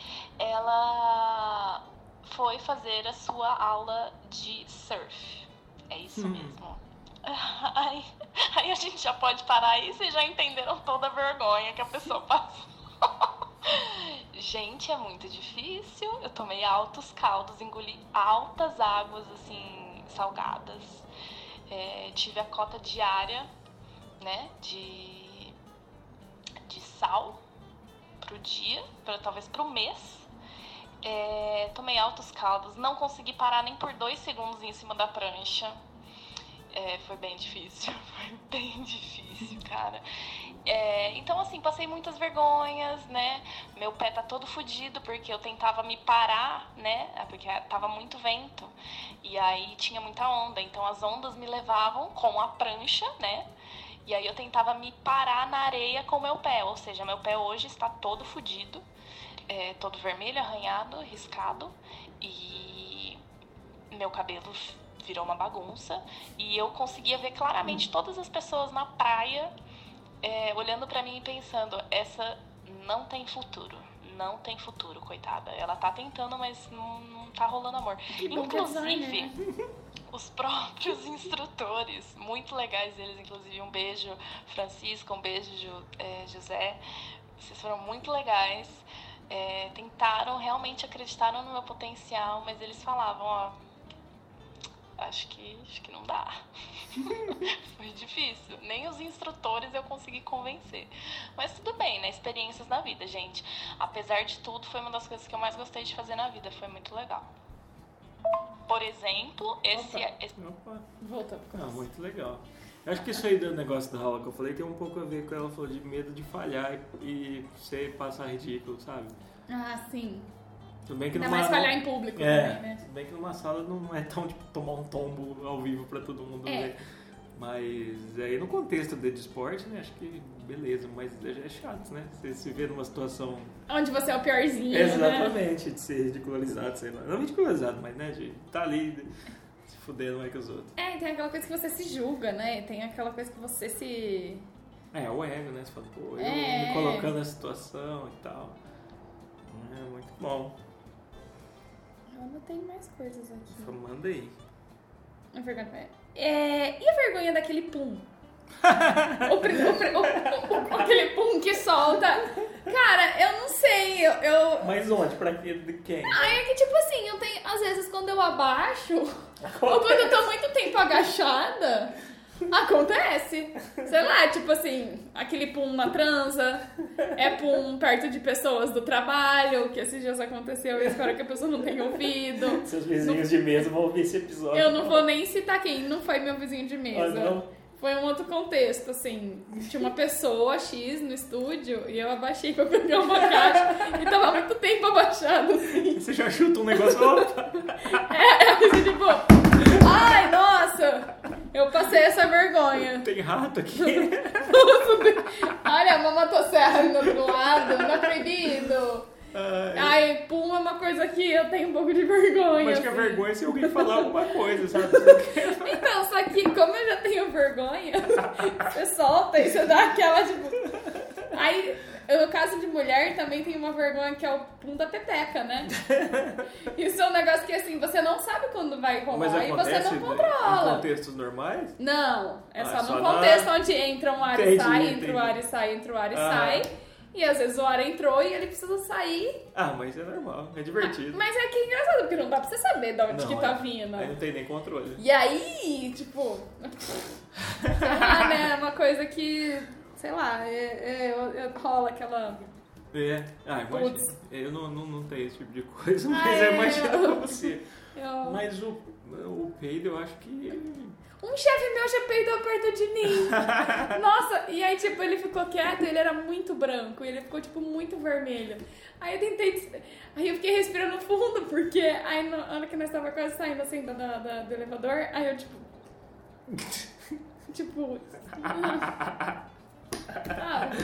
Speaker 4: ela foi fazer a sua aula de surf. É isso
Speaker 2: Hum.
Speaker 4: mesmo. Aí, aí a gente já pode parar aí, vocês já entenderam toda a vergonha que a pessoa passou. Gente, é muito difícil. Eu tomei altos caldos, engoli altas águas, assim, salgadas. É, tive a cota diária, né, de, de sal pro dia, pra, talvez pro mês. É, tomei altos caldos, não consegui parar nem por dois segundos em cima da prancha. É, foi bem difícil, foi bem difícil, cara. É, então, assim, passei muitas vergonhas, né? Meu pé tá todo fudido porque eu tentava me parar, né? Ah, Porque tava muito vento e aí tinha muita onda. Então, as ondas me levavam com a prancha, né? E aí eu tentava me parar na areia com meu pé. Ou seja, meu pé hoje está todo fudido, é, todo vermelho, arranhado, riscado. E meu cabelo virou uma bagunça. E eu conseguia ver claramente todas as pessoas na praia é, olhando pra mim e pensando: essa não tem futuro. Não tem futuro, coitada. Ela tá tentando, mas não, não tá rolando amor.
Speaker 3: Que bom que é
Speaker 4: Inclusive,
Speaker 3: designer,
Speaker 4: os próprios instrutores, muito legais eles, inclusive. Um beijo, Francisco, um beijo, Ju- é, José. Vocês foram muito legais. É, tentaram, realmente acreditaram no meu potencial, mas eles falavam, ó. Acho que, acho que não dá. Foi difícil. Nem os instrutores eu consegui convencer. Mas tudo bem, né? Experiências na vida, gente. Apesar de tudo, foi uma das coisas que eu mais gostei de fazer na vida. Foi muito legal. Por exemplo, esse, é- esse
Speaker 2: Opa.
Speaker 3: Voltamos com
Speaker 2: Ah,
Speaker 3: isso.
Speaker 2: muito legal. Eu acho que isso aí do negócio da aula que eu falei tem um pouco a ver com ela falou de medo de falhar e você passar ridículo, sabe?
Speaker 3: Ah, sim.
Speaker 2: Tudo bem que
Speaker 3: Ainda
Speaker 2: numa,
Speaker 3: mais falhar em público
Speaker 2: é,
Speaker 3: também, né?
Speaker 2: tudo bem que numa sala não é tão tipo tomar um tombo ao vivo pra todo mundo
Speaker 3: É.
Speaker 2: ver. Mas aí no contexto de de esporte, né? Acho que beleza, mas é é chato, né? Você se vê numa situação
Speaker 3: Onde você é o piorzinho, né?
Speaker 2: Exatamente, de ser ridicularizado, sei lá. Não ridicularizado, mas né, de tá ali se fudendo mais que os outros.
Speaker 3: É, tem aquela coisa que você se julga, né? Tem aquela coisa que você se...
Speaker 2: É, o ego, né? Você fala, pô, eu
Speaker 3: É.
Speaker 2: me colocando na situação e tal. É muito bom.
Speaker 3: Eu não tenho mais coisas aqui.
Speaker 2: Então manda aí.
Speaker 3: A vergonha. É, e a vergonha daquele pum? o, pri- o pri- o- o- aquele pum que solta. Cara, eu não sei. Eu, eu-
Speaker 2: Mas onde? Pra que? De quem?
Speaker 3: Ah, é que tipo assim, eu tenho. Às vezes quando eu abaixo, ou quando eu tô muito tempo agachada, acontece. Sei lá, tipo assim, aquele pum na transa, é pum perto de pessoas do trabalho, que esses dias aconteceu e eu espero que a pessoa não tenha ouvido.
Speaker 2: Seus vizinhos de mesa vão ouvir esse episódio.
Speaker 3: Eu não vou nem citar quem não foi meu vizinho de mesa.
Speaker 2: Ah, não?
Speaker 3: Foi um outro contexto, assim. Tinha uma pessoa X no estúdio e eu abaixei pra pegar uma caixa e tava há muito tempo abaixado, assim.
Speaker 2: Você já chuta um negócio opa,
Speaker 3: É, eu fiz tipo, ai, nossa! Eu passei essa vergonha.
Speaker 2: tem rato aqui.
Speaker 3: Olha, uma motosserra do outro lado, não acredito.
Speaker 2: Ai,
Speaker 3: Ai, pum, é uma coisa que eu tenho um pouco de vergonha.
Speaker 2: mas que a
Speaker 3: assim.
Speaker 2: vergonha é se alguém falar alguma coisa, sabe?
Speaker 3: Então, só que como eu já tenho vergonha, você solta e você dá aquela, tipo... Aí, o caso de mulher também tem uma vergonha que é o pum da peteca, né? Isso é um negócio que, assim, você não sabe quando vai rolar
Speaker 2: Mas
Speaker 3: e você
Speaker 2: acontece né?
Speaker 3: não
Speaker 2: em
Speaker 3: controla.
Speaker 2: contextos normais?
Speaker 3: Não, é
Speaker 2: Ah,
Speaker 3: só
Speaker 2: é
Speaker 3: num
Speaker 2: só na-
Speaker 3: contexto onde entra um ar e
Speaker 2: Entendi,
Speaker 3: sai, entra
Speaker 2: entendi.
Speaker 3: o ar e sai, entra o ar e
Speaker 2: Ah.
Speaker 3: sai. E às vezes o ar entrou e ele precisa sair.
Speaker 2: Ah, mas é normal, é divertido.
Speaker 3: Mas é que é engraçado, porque não dá pra você saber de onde
Speaker 2: Não,
Speaker 3: que tá
Speaker 2: é.
Speaker 3: vindo.
Speaker 2: Aí não tem nem controle.
Speaker 3: E aí, tipo. ah, né? Uma coisa que. Sei lá, é- é- eu- eu- rola aquela.
Speaker 2: É, ah, imagina.
Speaker 3: Putz.
Speaker 2: Eu não, não, não tenho esse tipo de coisa,
Speaker 3: Ah,
Speaker 2: mas
Speaker 3: é,
Speaker 2: eu imagino
Speaker 3: eu-
Speaker 2: com você.
Speaker 3: eu-
Speaker 2: Mas o, o peido, eu acho que
Speaker 3: Um chefe meu já peidou perto de mim. Nossa, e aí, tipo, ele ficou quieto, ele era muito branco, e ele ficou, tipo, muito vermelho. Aí eu tentei. des- Aí eu fiquei respirando fundo, porque aí na hora que nós tava quase saindo assim da, da- da- do elevador, aí eu, tipo. tipo. sabe?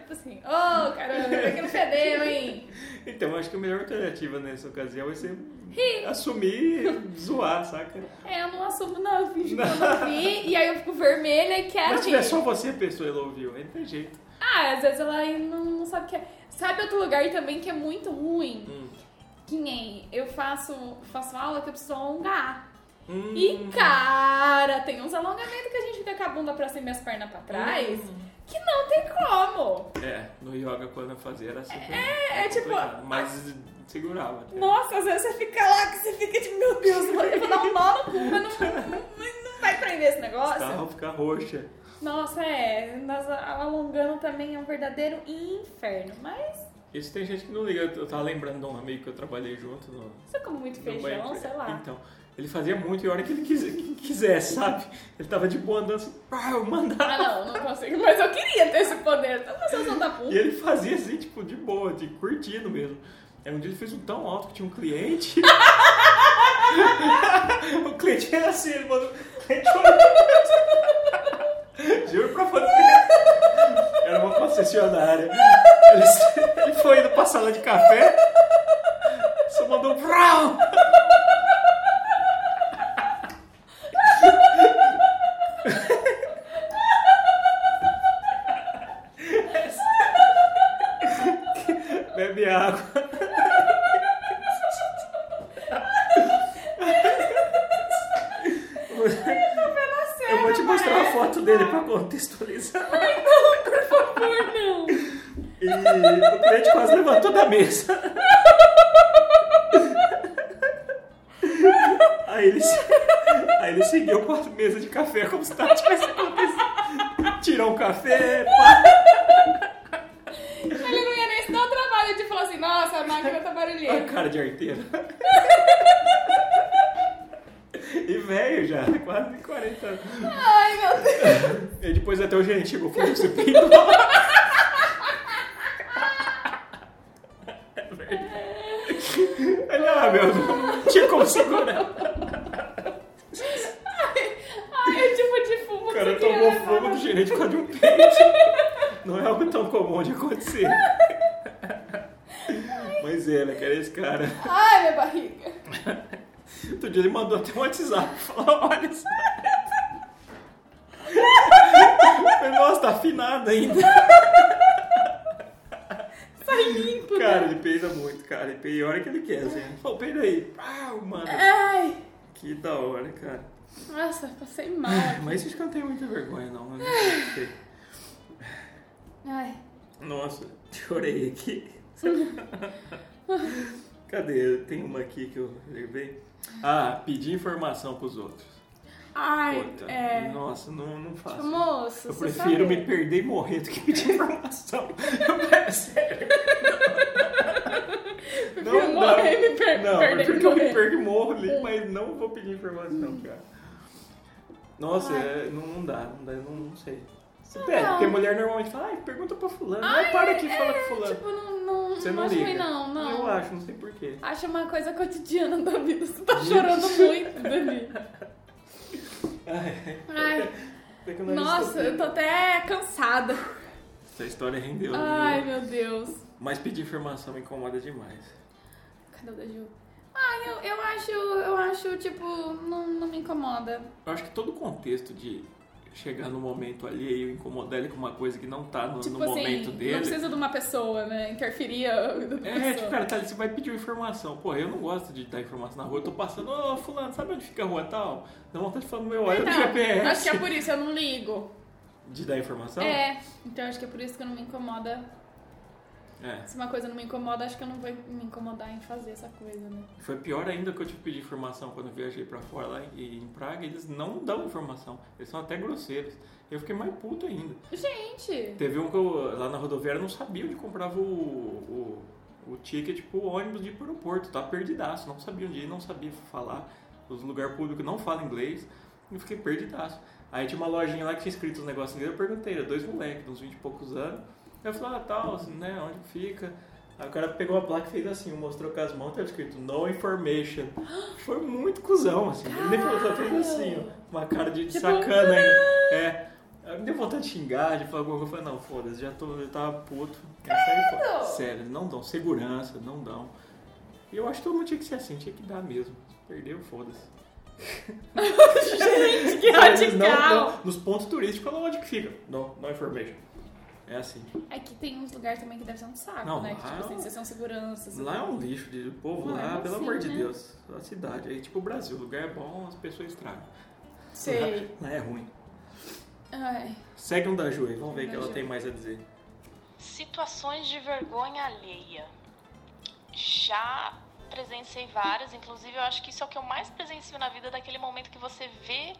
Speaker 3: Tipo assim, ô oh, caramba, que não fedeu, hein?
Speaker 2: Então, eu acho que a melhor alternativa nessa ocasião é você
Speaker 3: Ri.
Speaker 2: assumir e zoar, saca?
Speaker 3: É, eu não assumo, não, eu fingi que eu não vi, e aí eu fico vermelha e quieto.
Speaker 2: Mas se tiver só você, a pessoa ela ouviu, aí não tem jeito.
Speaker 3: Ah, às vezes ela aí não, não sabe o que é. Sabe outro lugar também que é muito ruim?
Speaker 2: Hum.
Speaker 3: Que nem eu faço, faço aula que eu preciso alongar.
Speaker 2: Hum.
Speaker 3: E cara, tem uns alongamentos que a gente fica com a bunda pra cima e as pernas pra trás.
Speaker 2: Hum.
Speaker 3: Que não tem como.
Speaker 2: É, no yoga quando eu fazia era super.
Speaker 3: É, é tipo-
Speaker 2: complicado, Mas segurava. né? até.
Speaker 3: Nossa, às vezes você fica lá que você fica tipo, meu Deus, eu vou- eu vou dar um nó no cu, mas não, não, não vai prender esse negócio.
Speaker 2: Carro fica roxa.
Speaker 3: Nossa, é. Nós alongando também é um verdadeiro inferno. Mas
Speaker 2: Isso tem gente que não liga. Eu tava lembrando de um amigo que eu trabalhei junto no. no
Speaker 3: você come muito feijão,
Speaker 2: banheiro.
Speaker 3: sei lá.
Speaker 2: Então, ele fazia muito e a hora que ele quis- que quisesse, sabe? Ele tava de boa andando assim, pá, eu mandava.
Speaker 3: Ah, não, não consigo. Mas eu queria ter esse poder. Então vocês não da
Speaker 2: E
Speaker 3: puta.
Speaker 2: ele fazia assim, tipo, de boa, de curtindo mesmo. Aí um dia ele fez um tão alto que tinha um cliente. o cliente era assim, ele mandou. o cliente olhou. Juro pra você. Era uma concessionária. Ele, se- ele foi indo pra sala de café. Só mandou um brau. Bebe água. Eu vou te mostrar uma foto dele pra contextualizar.
Speaker 3: Não, por favor, não.
Speaker 2: E o cliente quase levantou da mesa. Aí ele, se- aí ele seguiu com a mesa de café como se nada tivesse acontecido. Tirou um café, pá.
Speaker 3: Ele não ia nem se dar o trabalho de falar assim, nossa, a máquina
Speaker 2: Olha
Speaker 3: tá
Speaker 2: a
Speaker 3: barulhenta.
Speaker 2: cara de arteiro. E velho já, quase 40 anos.
Speaker 3: Ai, meu Deus.
Speaker 2: E depois até o gerente chegou com esse pinto. É verdade. Ele, ah, meu, não tinha como segurar.
Speaker 3: Ai, eu tipo de fumo.
Speaker 2: O cara
Speaker 3: que você queria
Speaker 2: tomou
Speaker 3: levar
Speaker 2: fogo
Speaker 3: na-
Speaker 2: do gerente por causa de um pente. Não é algo tão comum de acontecer. Mas é, né, cara, esse cara.
Speaker 3: Ai, minha barriga.
Speaker 2: Outro dia ele mandou até um WhatsApp. Falou, olha isso. Falei, Nossa, tá afinado ainda.
Speaker 3: Sai limpo,
Speaker 2: Cara,
Speaker 3: né?
Speaker 2: ele peida muito, cara. Ele peida a hora que ele quer, assim. Falou, peida aí. Pau, mano.
Speaker 3: Ai.
Speaker 2: Que da hora, cara.
Speaker 3: Nossa, passei mal.
Speaker 2: Mas acho que eu não tenho muita vergonha, não. né?
Speaker 3: Ai.
Speaker 2: Nossa, chorei aqui. Cadê? Tem uma aqui que eu levei. Ah, pedir informação pros outros.
Speaker 3: Ai,
Speaker 2: Puta,
Speaker 3: é.
Speaker 2: Nossa, não, não
Speaker 3: Tipo,
Speaker 2: faço.
Speaker 3: Moço,
Speaker 2: eu
Speaker 3: você
Speaker 2: prefiro
Speaker 3: sabe.
Speaker 2: me perder e morrer do que pedir informação. Eu quero- Sério.
Speaker 3: Prefiro morrer e me per-
Speaker 2: Não,
Speaker 3: perder
Speaker 2: prefiro
Speaker 3: que É.
Speaker 2: que eu me
Speaker 3: morrer.
Speaker 2: perca e morro ali, mas não vou pedir informação, cara. Nossa,
Speaker 3: Hum. Ai.
Speaker 2: é, não, não dá, não dá, não, não sei.
Speaker 3: Não
Speaker 2: É,
Speaker 3: dá.
Speaker 2: porque mulher normalmente fala, ai, pergunta pra fulano, ai,
Speaker 3: Ai,
Speaker 2: para aqui e
Speaker 3: é,
Speaker 2: fala com fulano.
Speaker 3: Tipo, não, não,
Speaker 2: Você
Speaker 3: não
Speaker 2: não
Speaker 3: acho
Speaker 2: liga.
Speaker 3: ruim, não, não.
Speaker 2: Eu acho, não sei porquê.
Speaker 3: Acha uma coisa cotidiana da vida. Você tá chorando muito, Dani. Ai, nossa, eu tô até cansada.
Speaker 2: Essa história rendeu.
Speaker 3: Ai,
Speaker 2: viu?
Speaker 3: meu Deus.
Speaker 2: Mas pedir informação me incomoda demais.
Speaker 3: Cadê o da Ju? Ai, eu, eu acho, eu acho, tipo, não, não me incomoda.
Speaker 2: Eu acho que todo o contexto de chegar no momento alheio e incomodar ele com uma coisa que não tá no,
Speaker 3: Tipo
Speaker 2: no
Speaker 3: assim,
Speaker 2: momento dele.
Speaker 3: não precisa de uma pessoa, né? Interferir a outra
Speaker 2: É,
Speaker 3: pessoa.
Speaker 2: tipo, cara, tá, você vai pedir uma informação. Pô, eu não gosto de dar informação na rua. Eu tô passando, ô, fulano, sabe onde fica a rua tal? Dá vontade de falar, meu, olha o
Speaker 3: Não, acho
Speaker 2: GPS.
Speaker 3: que é por isso, eu não ligo.
Speaker 2: De dar informação?
Speaker 3: É, então acho que é por isso que eu não me incomoda.
Speaker 2: É.
Speaker 3: Se uma coisa não me incomoda, acho que eu não vou me incomodar em fazer essa coisa, né?
Speaker 2: Foi pior ainda que eu tive que pedir informação quando eu viajei pra fora lá em, em Praga. Eles não dão informação. Eles são até grosseiros. Eu fiquei mais puto ainda.
Speaker 3: Gente,
Speaker 2: Teve um que eu, lá na rodoviária, eu não sabia onde comprava o, o, o ticket pro ônibus de ir pro aeroporto. Tava perdidaço, não sabia onde ir, não sabia falar. Os lugares públicos não falam inglês. E eu fiquei perdidaço. Aí tinha uma lojinha lá que tinha escrito os negócios em inglês. Eu perguntei, era dois moleques, de uns 20 e poucos anos. Aí eu falei, ah, tal, assim, né, onde fica? Aí o cara pegou a placa e fez assim, mostrou com as mãos, tava escrito no information. Foi muito cuzão, assim. Ele nem falou, só fez assim, ó, uma cara de
Speaker 3: Tipo,
Speaker 2: sacana ainda. É. Aí Me deu vontade de xingar, de falar alguma coisa. Eu falei, não, foda-se, já tô, eu tava puto. Quero sair fora. Sério, não dão segurança, não dão. E eu acho que todo mundo tinha que ser assim, tinha que dar mesmo. Perdeu, foda-se.
Speaker 3: gente, que
Speaker 2: Eles não
Speaker 3: radical!
Speaker 2: dão- nos pontos turísticos, olha onde que fica. Não, não information. É assim.
Speaker 3: É que tem uns lugares também que deve ser um saco,
Speaker 2: Não,
Speaker 3: né? Que
Speaker 2: lá
Speaker 3: tipo assim,
Speaker 2: é um-
Speaker 3: vocês são seguranças. né?
Speaker 2: Lá é um lixo de o povo
Speaker 3: Não é
Speaker 2: lá, pelo
Speaker 3: assim,
Speaker 2: amor de
Speaker 3: né?
Speaker 2: Deus. A cidade. É tipo o Brasil, o lugar é bom, as pessoas estragam.
Speaker 3: Sei.
Speaker 2: Lá é ruim.
Speaker 3: Ai.
Speaker 2: Segue um da Ju aí, vamos ver o que
Speaker 3: Da
Speaker 2: ela
Speaker 3: Ju.
Speaker 2: tem mais a dizer.
Speaker 4: Situações de vergonha alheia. Já presenciei várias, inclusive eu acho que isso é o que eu mais presencio na vida, daquele momento que você vê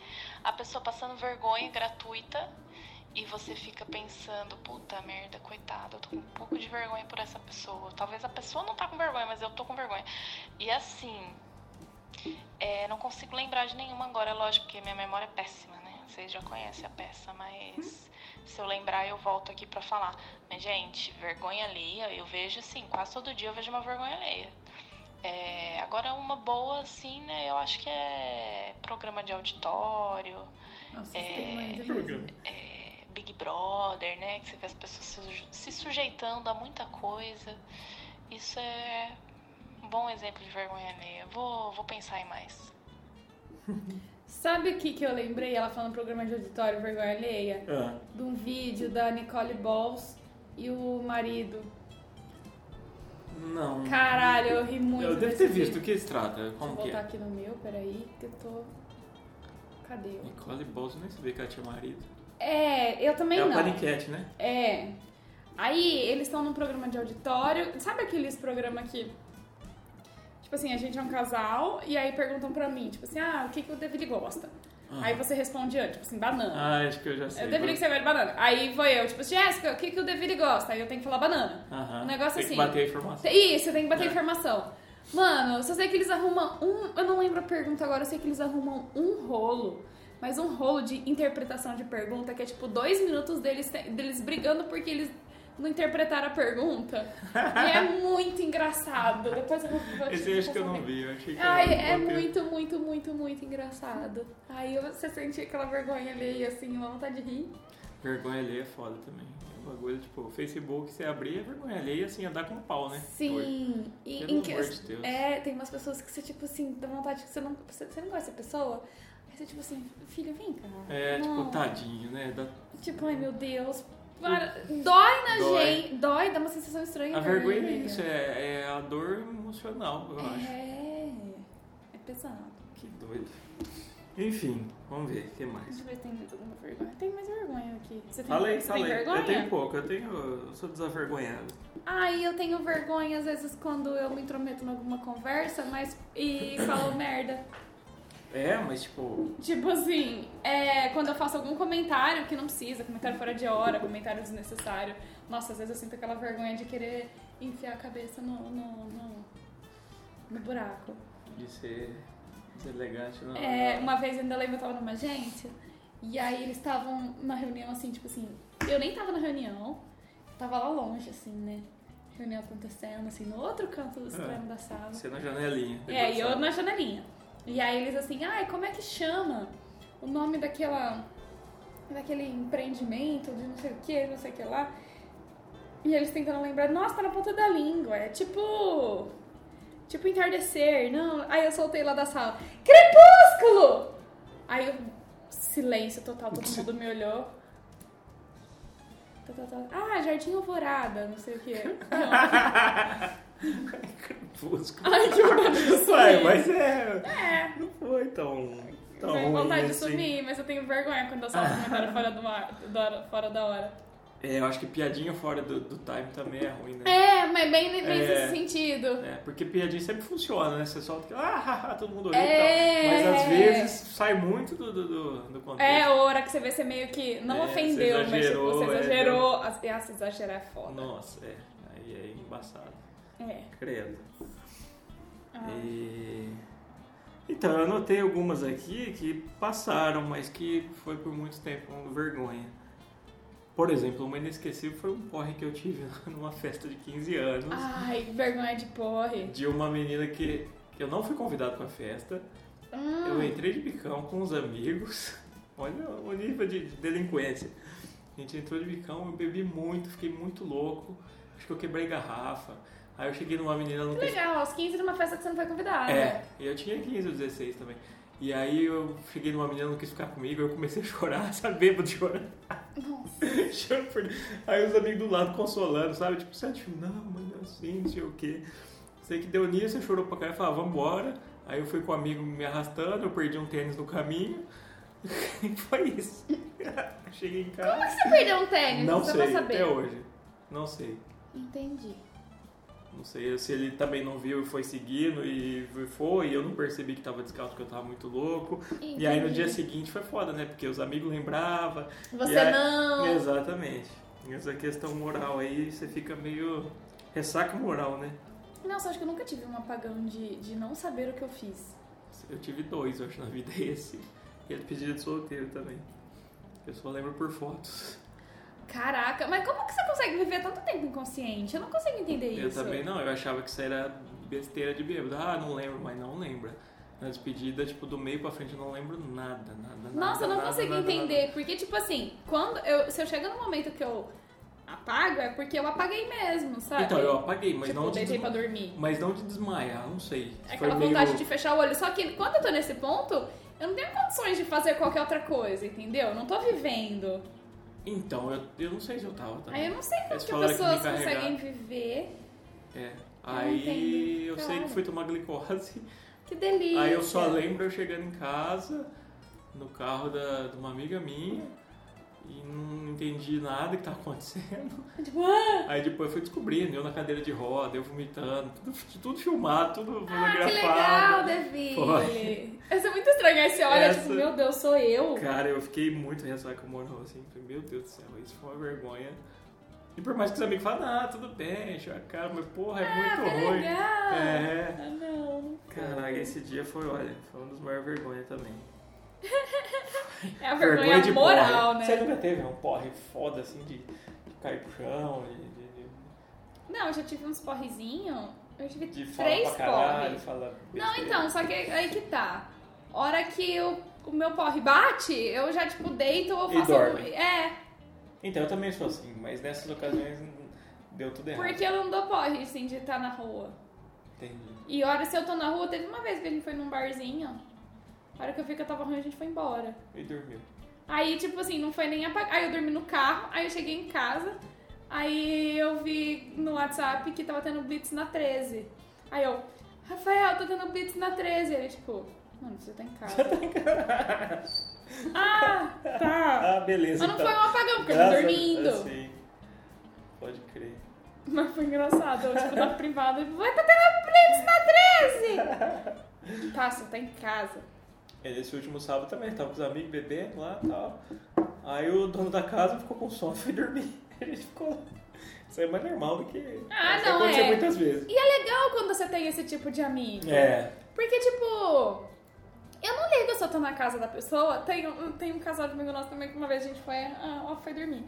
Speaker 4: a pessoa passando vergonha gratuita e você fica pensando, puta merda, coitado, eu tô com um pouco de vergonha por essa pessoa. Talvez a pessoa não tá com vergonha, mas eu tô com vergonha. E assim, é, não consigo lembrar de nenhuma agora, é lógico, porque minha memória é péssima, né? Vocês já conhecem a peça, mas se eu lembrar eu volto aqui pra falar. Mas, gente, vergonha alheia, eu vejo assim, quase todo dia eu vejo uma vergonha alheia. É, agora uma boa, assim, né? Eu acho que é programa de auditório,
Speaker 3: Nossa,
Speaker 4: É.
Speaker 3: vocês têm mãe de mesmo.
Speaker 2: Programa.
Speaker 4: é, Big Brother, né? Que você vê as pessoas se suje- se sujeitando a muita coisa. Isso é um bom exemplo de vergonha alheia. Vou, vou pensar em mais.
Speaker 3: Sabe o que, que eu lembrei? Ela falando no programa de auditório Vergonha Alheia?
Speaker 2: Ah,
Speaker 3: De um vídeo da Nicole Balls e o marido.
Speaker 2: não.
Speaker 3: Caralho, eu ri muito.
Speaker 2: Eu devo
Speaker 3: desse
Speaker 2: ter
Speaker 3: vídeo.
Speaker 2: visto. O que se trata?
Speaker 3: Deixa eu
Speaker 2: Como que
Speaker 3: voltar
Speaker 2: é?
Speaker 3: aqui no meu, peraí, que eu tô. Cadê eu?
Speaker 2: Nicole Bolso nem sabia que ela tinha marido.
Speaker 3: É, eu também
Speaker 2: é
Speaker 3: não.
Speaker 2: a paniquete, né?
Speaker 3: É. Aí eles estão num programa de auditório. Sabe aqueles programas que. Tipo assim, a gente é um casal e aí perguntam pra mim, tipo assim, ah, o que, que o David gosta?
Speaker 2: Ah.
Speaker 3: Aí você responde antes, tipo assim, banana.
Speaker 2: Ah, acho que eu já sei.
Speaker 3: eu deveria que você gosta de banana. Aí vou eu, tipo, Jéssica, o que, que o David gosta? Aí eu tenho que falar banana.
Speaker 2: Aham.
Speaker 3: Um negócio
Speaker 2: Tem
Speaker 3: assim.
Speaker 2: Que bater a informação.
Speaker 3: Tem- Isso, tem que bater
Speaker 2: É.
Speaker 3: informação. Mano, eu só sei que eles arrumam um. Eu não lembro a pergunta agora, eu sei que eles arrumam um rolo. Mas um rolo de interpretação de pergunta, que é tipo dois minutos deles, te- deles brigando porque eles não interpretaram a pergunta. e é muito engraçado. Depois eu vou. vou te-
Speaker 2: Esse eu acho
Speaker 3: vou
Speaker 2: que eu não
Speaker 3: fazer.
Speaker 2: vi. Eu achei que
Speaker 3: Ai,
Speaker 2: era um
Speaker 3: é
Speaker 2: uma-
Speaker 3: muito, muito, muito, muito engraçado. Aí você sentia aquela vergonha ali, assim, uma vontade de rir.
Speaker 2: Vergonha alheia é foda também. É um bagulho, tipo, o Facebook, você abrir, é vergonha alheia, assim, ia dar com pau, né? Hoje.
Speaker 3: Sim, e
Speaker 2: Pelo
Speaker 3: em que,
Speaker 2: amor de Deus.
Speaker 3: é, tem umas pessoas que você, tipo assim, dá vontade que você não, você, você não gosta dessa pessoa. Aí você, tipo assim, filho, vem cá.
Speaker 2: É,
Speaker 3: não.
Speaker 2: tipo, tadinho, né? Dá-
Speaker 3: Tipo, ai meu Deus. Para. Dói na
Speaker 2: Dói.
Speaker 3: gente. Dói, dá uma sensação estranha. né?
Speaker 2: A vergonha é
Speaker 3: alheia.
Speaker 2: isso, é, é a dor emocional, eu acho.
Speaker 3: É. É pesado.
Speaker 2: Que doido. Enfim, vamos ver, o que mais?
Speaker 3: Deixa eu ver se tem mais alguma vergonha. Tem mais vergonha aqui. Você tem,
Speaker 2: Falei,
Speaker 3: você
Speaker 2: falei.
Speaker 3: tem vergonha?
Speaker 2: Eu tenho pouco, eu tenho. Eu sou desavergonhado.
Speaker 3: Ai, eu tenho vergonha às vezes quando eu me intrometo em alguma conversa, mas. e falo merda.
Speaker 2: É, mas tipo.
Speaker 3: Tipo assim, é, quando eu faço algum comentário que não precisa, comentário fora de hora, comentário desnecessário. Nossa, às vezes eu sinto aquela vergonha de querer enfiar a cabeça no, no, no, no buraco.
Speaker 2: De ser deselegante, não.
Speaker 3: É, uma vez ainda lembro, eu tava numa agência, e aí eles estavam na reunião assim, tipo assim, eu nem tava na reunião, tava lá longe, assim, né? Reunião acontecendo, assim, no outro canto extremo da sala.
Speaker 2: Você na janelinha.
Speaker 3: É, e eu na janelinha. E aí eles assim, ai, como é que chama o nome daquela. daquele empreendimento, de não sei o que, não sei o que lá. E eles tentando lembrar, nossa, tá na ponta da língua. É tipo. Tipo entardecer, não. Aí eu soltei lá da sala, crepúsculo! Aí eu Silêncio total, todo mundo me olhou. Tá, tá, tá. Ah, Jardim Alvorada, não sei o quê. Não.
Speaker 2: Crepúsculo.
Speaker 3: Ai, que vontade de
Speaker 2: Ué,
Speaker 3: sumir.
Speaker 2: mas é.
Speaker 3: É,
Speaker 2: Não foi tão.
Speaker 3: eu
Speaker 2: tão
Speaker 3: tenho
Speaker 2: ruim
Speaker 3: vontade de
Speaker 2: assim.
Speaker 3: sumir, mas eu tenho vergonha quando eu solto comentário fora, do ar, do hora- fora da hora.
Speaker 2: É, eu acho que piadinha fora do, do time também é ruim, né?
Speaker 3: É, mas bem, bem
Speaker 2: É.
Speaker 3: nesse sentido.
Speaker 2: É, porque piadinha sempre funciona, né? Você solta que, ah, haha, todo mundo riu e
Speaker 3: É.
Speaker 2: tal. Mas às vezes sai muito do, do, do, do contexto.
Speaker 3: É, a hora que você vê, você meio que não
Speaker 2: É,
Speaker 3: ofendeu,
Speaker 2: você
Speaker 3: mas tipo,
Speaker 2: exagerou,
Speaker 3: você
Speaker 2: é.
Speaker 3: exagerou. As- Ah, se exagerar é foda.
Speaker 2: Nossa, é. Aí é embaçado.
Speaker 3: É.
Speaker 2: Credo.
Speaker 3: Ah.
Speaker 2: E- Então, eu anotei algumas aqui que passaram, mas que foi por muito tempo uma vergonha. Por exemplo, uma inesquecível foi um porre que eu tive numa festa de 15 anos.
Speaker 3: Ai, vergonha de porre.
Speaker 2: De uma menina que, que eu não fui convidado pra festa.
Speaker 3: Hum.
Speaker 2: Eu entrei de bicão com os amigos. Olha o nível de, de delinquência. A gente entrou de bicão, eu bebi muito, fiquei muito louco. Acho que eu quebrei garrafa. Aí eu cheguei numa menina no
Speaker 3: Que legal, aos 15 numa festa que você não foi convidada.
Speaker 2: É, eu tinha 15 ou 16 também. E aí eu cheguei numa menina, não quis ficar comigo, eu comecei a chorar, sabe? Bêbado chorando.
Speaker 3: Nossa.
Speaker 2: Juro por Deus. Aí os amigos do lado consolando, sabe? Tipo, você tipo, não, mano, assim, não sei o quê. Sei que deu nisso, eu chorou pra caralho, falava, vambora. Aí eu fui com o amigo me arrastando, eu perdi um tênis no caminho. E foi isso. Cheguei em
Speaker 3: Como
Speaker 2: casa.
Speaker 3: que você perdeu um tênis?
Speaker 2: Não
Speaker 3: você
Speaker 2: sei,
Speaker 3: vai saber.
Speaker 2: até hoje. Não sei.
Speaker 3: Entendi.
Speaker 2: Não sei se ele também não viu e foi seguindo e foi, e eu não percebi que tava descalço, que eu tava muito louco. E aí no
Speaker 3: Entendi.
Speaker 2: dia seguinte foi foda, né? Porque os amigos lembravam.
Speaker 3: Você
Speaker 2: e aí-
Speaker 3: não.
Speaker 2: Exatamente. Essa questão moral aí, você fica meio ressaca moral, né?
Speaker 3: Nossa, acho que eu nunca tive um apagão de, de não saber o que eu fiz.
Speaker 2: Eu tive dois, eu acho, na vida esse. E ele pedido de solteiro também. Eu só lembro por fotos.
Speaker 3: Caraca, mas como que você consegue viver tanto tempo inconsciente? Eu não consigo entender
Speaker 2: Eu
Speaker 3: isso.
Speaker 2: também não, eu achava que isso era besteira de bêbado. Ah, não lembro, mas não lembra. Na despedida, tipo, do meio pra frente eu não lembro nada, nada,
Speaker 3: Nossa, eu
Speaker 2: nada,
Speaker 3: não
Speaker 2: nada,
Speaker 3: consigo
Speaker 2: nada, nada.
Speaker 3: entender. Porque, tipo assim, quando eu, se eu chego no momento que eu apago, é porque eu apaguei mesmo, sabe?
Speaker 2: Então, eu apaguei, mas
Speaker 3: tipo,
Speaker 2: não de
Speaker 3: deitei
Speaker 2: desma-
Speaker 3: pra dormir.
Speaker 2: Mas não de desmaiar, não sei.
Speaker 3: É Aquela
Speaker 2: Foi meio-
Speaker 3: vontade de fechar o olho. Só que quando eu tô nesse ponto, eu não tenho condições de fazer qualquer outra coisa, entendeu? Eu não tô vivendo.
Speaker 2: Então, eu, eu não sei se eu tava também.
Speaker 3: Aí eu não sei como
Speaker 2: Eles
Speaker 3: que
Speaker 2: falaram Tá. que me
Speaker 3: pessoas
Speaker 2: carregaram.
Speaker 3: conseguem viver.
Speaker 2: É.
Speaker 3: não
Speaker 2: Aí
Speaker 3: entendo,
Speaker 2: eu sei
Speaker 3: claro.
Speaker 2: que fui tomar glicose.
Speaker 3: Que delícia.
Speaker 2: Aí eu só lembro eu chegando em casa, no carro da, de uma amiga minha, e não entendi nada que tava acontecendo.
Speaker 3: Tipo, ah,
Speaker 2: Aí depois fui descobrindo, eu na cadeira de roda, eu vomitando, tudo, tudo filmado, tudo
Speaker 3: ah, que legal,
Speaker 2: fotografado.
Speaker 3: Deville.
Speaker 2: Foi.
Speaker 3: Essa é muito estranha. Aí você olha,
Speaker 2: Essa-
Speaker 3: tipo, meu Deus, sou eu.
Speaker 2: Cara, eu fiquei muito ressaca moral, assim. Falei, meu Deus do céu, isso foi uma vergonha. E por mais que os amigos falem, ah, tudo bem, encheu a cara, mas porra, é
Speaker 3: ah,
Speaker 2: muito
Speaker 3: que
Speaker 2: ruim.
Speaker 3: legal.
Speaker 2: É.
Speaker 3: Ah, não. não quero.
Speaker 2: Caralho, esse dia foi, olha, foi um dos maiores vergonhas também.
Speaker 3: É a vergonha, moral,
Speaker 2: porre.
Speaker 3: né?
Speaker 2: Você nunca teve um porre foda, assim, de, de cair pro chão, de, de, de-
Speaker 3: Não, eu já tive uns porrezinhos. Eu tive
Speaker 2: de falar
Speaker 3: três
Speaker 2: pra caralho,
Speaker 3: porres.
Speaker 2: falar
Speaker 3: Não,
Speaker 2: besteira.
Speaker 3: então, só que aí que tá. Hora que o, o meu porre bate, eu já, tipo, deito ou
Speaker 2: E
Speaker 3: faço.
Speaker 2: dorme.
Speaker 3: algum- É,
Speaker 2: Então, eu também sou assim, mas nessas ocasiões hum, deu tudo errado.
Speaker 3: porque eu não dou porre, assim, de estar na rua.
Speaker 2: Entendi.
Speaker 3: E hora se eu tô na rua, teve uma vez que a gente foi num barzinho. A hora que eu vi que eu tava ruim, a gente foi embora.
Speaker 2: E dormiu.
Speaker 3: Aí, tipo assim, não foi nem apagar. Aí eu dormi no carro, aí eu cheguei em casa. Aí eu vi no WhatsApp que tava tendo blitz na 13. Aí eu, Rafael, tô tendo blitz na 13. Ele, tipo, mano, você tá em casa. ah, tá.
Speaker 2: Ah, beleza.
Speaker 3: Mas não
Speaker 2: então.
Speaker 3: foi um apagão, porque eu tô
Speaker 2: Graças-
Speaker 3: dormindo.
Speaker 2: Assim, pode crer.
Speaker 3: Mas foi engraçado. Eu, tipo, na privada, vai tá tendo blitz na 13. tá, você tá em casa.
Speaker 2: E nesse É, último sábado também, tava com os amigos bebendo lá e tal. Aí o dono da casa ficou com sono e foi dormir. A gente ficou lá. Isso aí é mais normal do que.
Speaker 3: Ah,
Speaker 2: isso
Speaker 3: não,
Speaker 2: aconteceu
Speaker 3: é.
Speaker 2: muitas vezes.
Speaker 3: E é legal quando você tem esse tipo de amigo.
Speaker 2: É.
Speaker 3: Porque, tipo, eu não ligo se eu tô na casa da pessoa. Tem, um- tem um casal de amigo nosso também que uma vez a gente foi, ah, ó, foi dormir.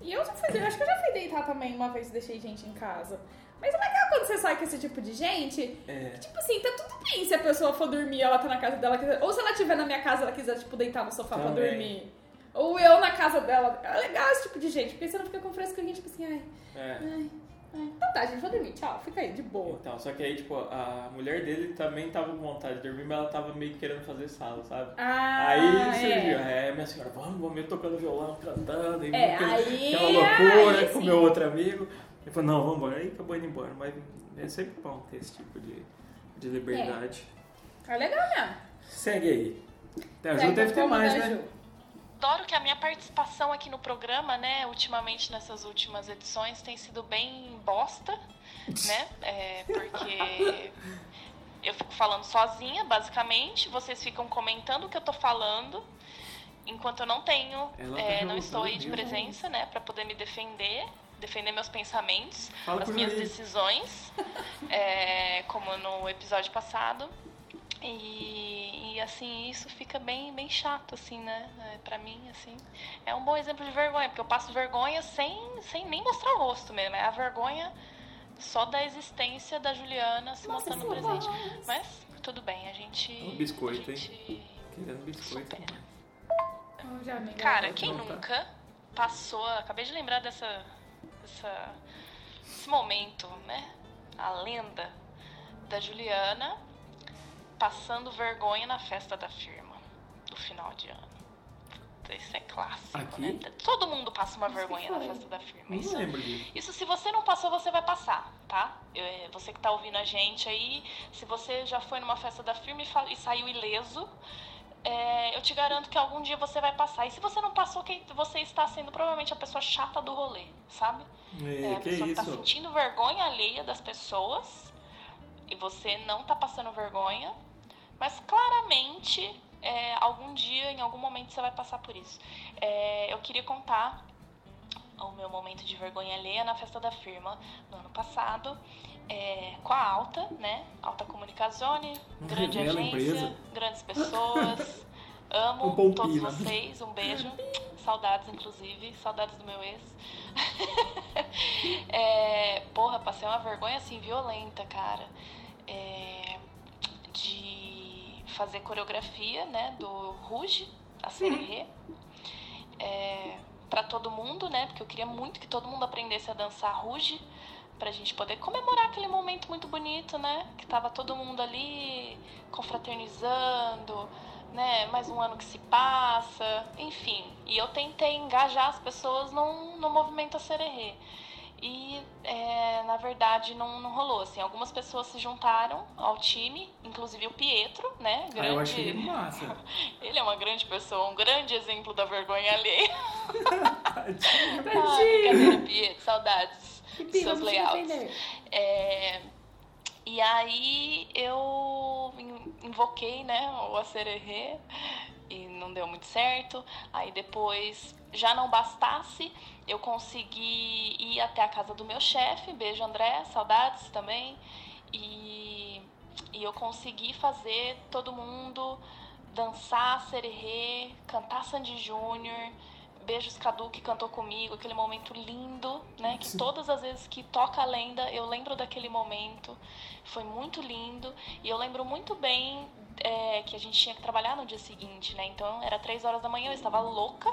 Speaker 3: E eu já fui, eu acho que eu já fui deitar também uma vez e deixei gente em casa. Mas é legal quando você sai com esse tipo de gente.
Speaker 2: É.
Speaker 3: Tipo assim, tá tudo bem se a pessoa for dormir, ela tá na casa dela. quiser- Ou se ela estiver na minha casa, ela quiser, tipo, deitar no sofá pra
Speaker 2: Também.
Speaker 3: dormir. Ou eu na casa dela. É legal esse tipo de gente, porque você não fica com frescurinha, tipo assim, ai,
Speaker 2: É.
Speaker 3: ai, É, Então tá, gente, vou dormir. Tchau, fica aí, de boa.
Speaker 2: Então, só que aí, tipo, a mulher dele também tava com vontade de dormir, mas ela tava meio que querendo fazer sala, sabe?
Speaker 3: Ah,
Speaker 2: aí surgiu,
Speaker 3: é.
Speaker 2: é. minha senhora, vamos, vamos, eu tocando violão, cantando, e
Speaker 3: É,
Speaker 2: aquela,
Speaker 3: aí-
Speaker 2: aquela loucura
Speaker 3: aí
Speaker 2: com
Speaker 3: sim.
Speaker 2: meu outro amigo. Ele falou, não, vamos embora. Aí acabou indo embora, mas é sempre bom ter esse tipo de, de liberdade.
Speaker 3: É legal mesmo.
Speaker 2: Segue aí. Até a É, Ju
Speaker 3: Segue
Speaker 2: deve
Speaker 3: o
Speaker 2: ter
Speaker 3: combo
Speaker 2: mais,
Speaker 3: da
Speaker 2: né?
Speaker 3: Ju.
Speaker 4: Adoro que a minha participação aqui no programa, né, ultimamente nessas últimas edições, tem sido bem bosta, né? É, porque eu fico falando sozinha, basicamente, vocês ficam comentando o que eu tô falando, enquanto eu não tenho,
Speaker 2: Ela
Speaker 4: é,
Speaker 2: tá
Speaker 4: não estou aí de
Speaker 2: revoltada mesmo.
Speaker 4: presença, né, Pra poder me defender, defender meus pensamentos,
Speaker 2: Fala
Speaker 4: as
Speaker 2: pro
Speaker 4: minhas
Speaker 2: juiz.
Speaker 4: decisões, é, como no episódio passado. E, e, assim, isso fica bem, bem chato, assim, né? É, pra mim, assim. É um bom exemplo de vergonha, porque eu passo vergonha sem, sem nem mostrar o rosto mesmo. É a vergonha só da existência da Juliana se
Speaker 3: Nossa,
Speaker 4: mostrando
Speaker 3: que
Speaker 4: presente.
Speaker 3: horror.
Speaker 4: Mas tudo bem, a gente.
Speaker 2: Um biscoito,
Speaker 4: a
Speaker 2: hein?
Speaker 4: gente
Speaker 2: Querendo biscoito.
Speaker 4: supera.
Speaker 3: Eu já me engano.
Speaker 4: Cara, quem
Speaker 2: não tá.
Speaker 4: nunca passou. Acabei de lembrar dessa, dessa. Esse momento, né? A lenda da Juliana passando vergonha na festa da firma do final de ano. Puta, Isso é clássico,
Speaker 2: Aqui?
Speaker 4: né? Todo mundo passa uma
Speaker 3: Isso que
Speaker 4: vergonha na
Speaker 3: foi.
Speaker 4: festa da firma.
Speaker 2: Não
Speaker 4: Isso é
Speaker 2: lembro disso.
Speaker 4: isso se você não passou, você vai passar, tá? Eu- eh, Você que tá ouvindo a gente aí, se você já foi numa festa da firma e, fa- e saiu ileso, eh, eu te garanto que algum dia você vai passar. E se você não passou, quem você está sendo provavelmente a pessoa chata do rolê, sabe?
Speaker 2: É,
Speaker 4: a
Speaker 2: que
Speaker 4: pessoa que tá
Speaker 2: isso?
Speaker 4: sentindo vergonha alheia das pessoas e você não tá passando vergonha, mas claramente é, algum dia, em algum momento, você vai passar por isso. É, eu queria contar o meu momento de vergonha alheia na festa da firma no ano passado. é, com a Alta, né? Alta Comunicazione,
Speaker 2: Não
Speaker 4: grande
Speaker 2: revela a
Speaker 4: agência,
Speaker 2: Uhum. é empresa.
Speaker 4: grandes pessoas. Amo
Speaker 2: Um pompino.
Speaker 4: todos vocês, um beijo. Saudades, inclusive, saudades do meu ex. É, porra, passei uma vergonha assim violenta, cara. É, de fazer coreografia, né, do Ruge, a série é, para todo mundo, né? Porque eu queria muito que todo mundo aprendesse a dançar Ruge pra gente poder comemorar aquele momento muito bonito, né? Que tava todo mundo ali confraternizando, né? Mais um ano que se passa, enfim. E eu tentei engajar as pessoas num, no movimento a sererê. E, é, na verdade, não, não rolou, assim. Algumas pessoas se juntaram ao time, inclusive o Pietro, né?
Speaker 2: Ah, eu achei massa.
Speaker 4: Ele é uma grande pessoa, um grande exemplo da vergonha alheia.
Speaker 2: Tadinho.
Speaker 4: Ah, brincadeira, Pietro, saudades.
Speaker 3: Que pica,
Speaker 4: seus
Speaker 3: vamos te
Speaker 4: layouts.
Speaker 3: defender.
Speaker 4: É, e aí eu in- invoquei, né, o acererê e não deu muito certo. Aí depois, já não bastasse, eu consegui ir até a casa do meu chefe. Beijo, André, saudades também. E, e eu consegui fazer todo mundo dançar sererê, cantar Sandy Júnior. Beijos Cadu que cantou comigo, aquele momento lindo, né? Que
Speaker 2: Sim.
Speaker 4: todas as vezes que toca a lenda, eu lembro daquele momento. Foi muito lindo. E eu lembro muito bem é, que a gente tinha que trabalhar no dia seguinte, né? Então era três horas da manhã, eu estava louca,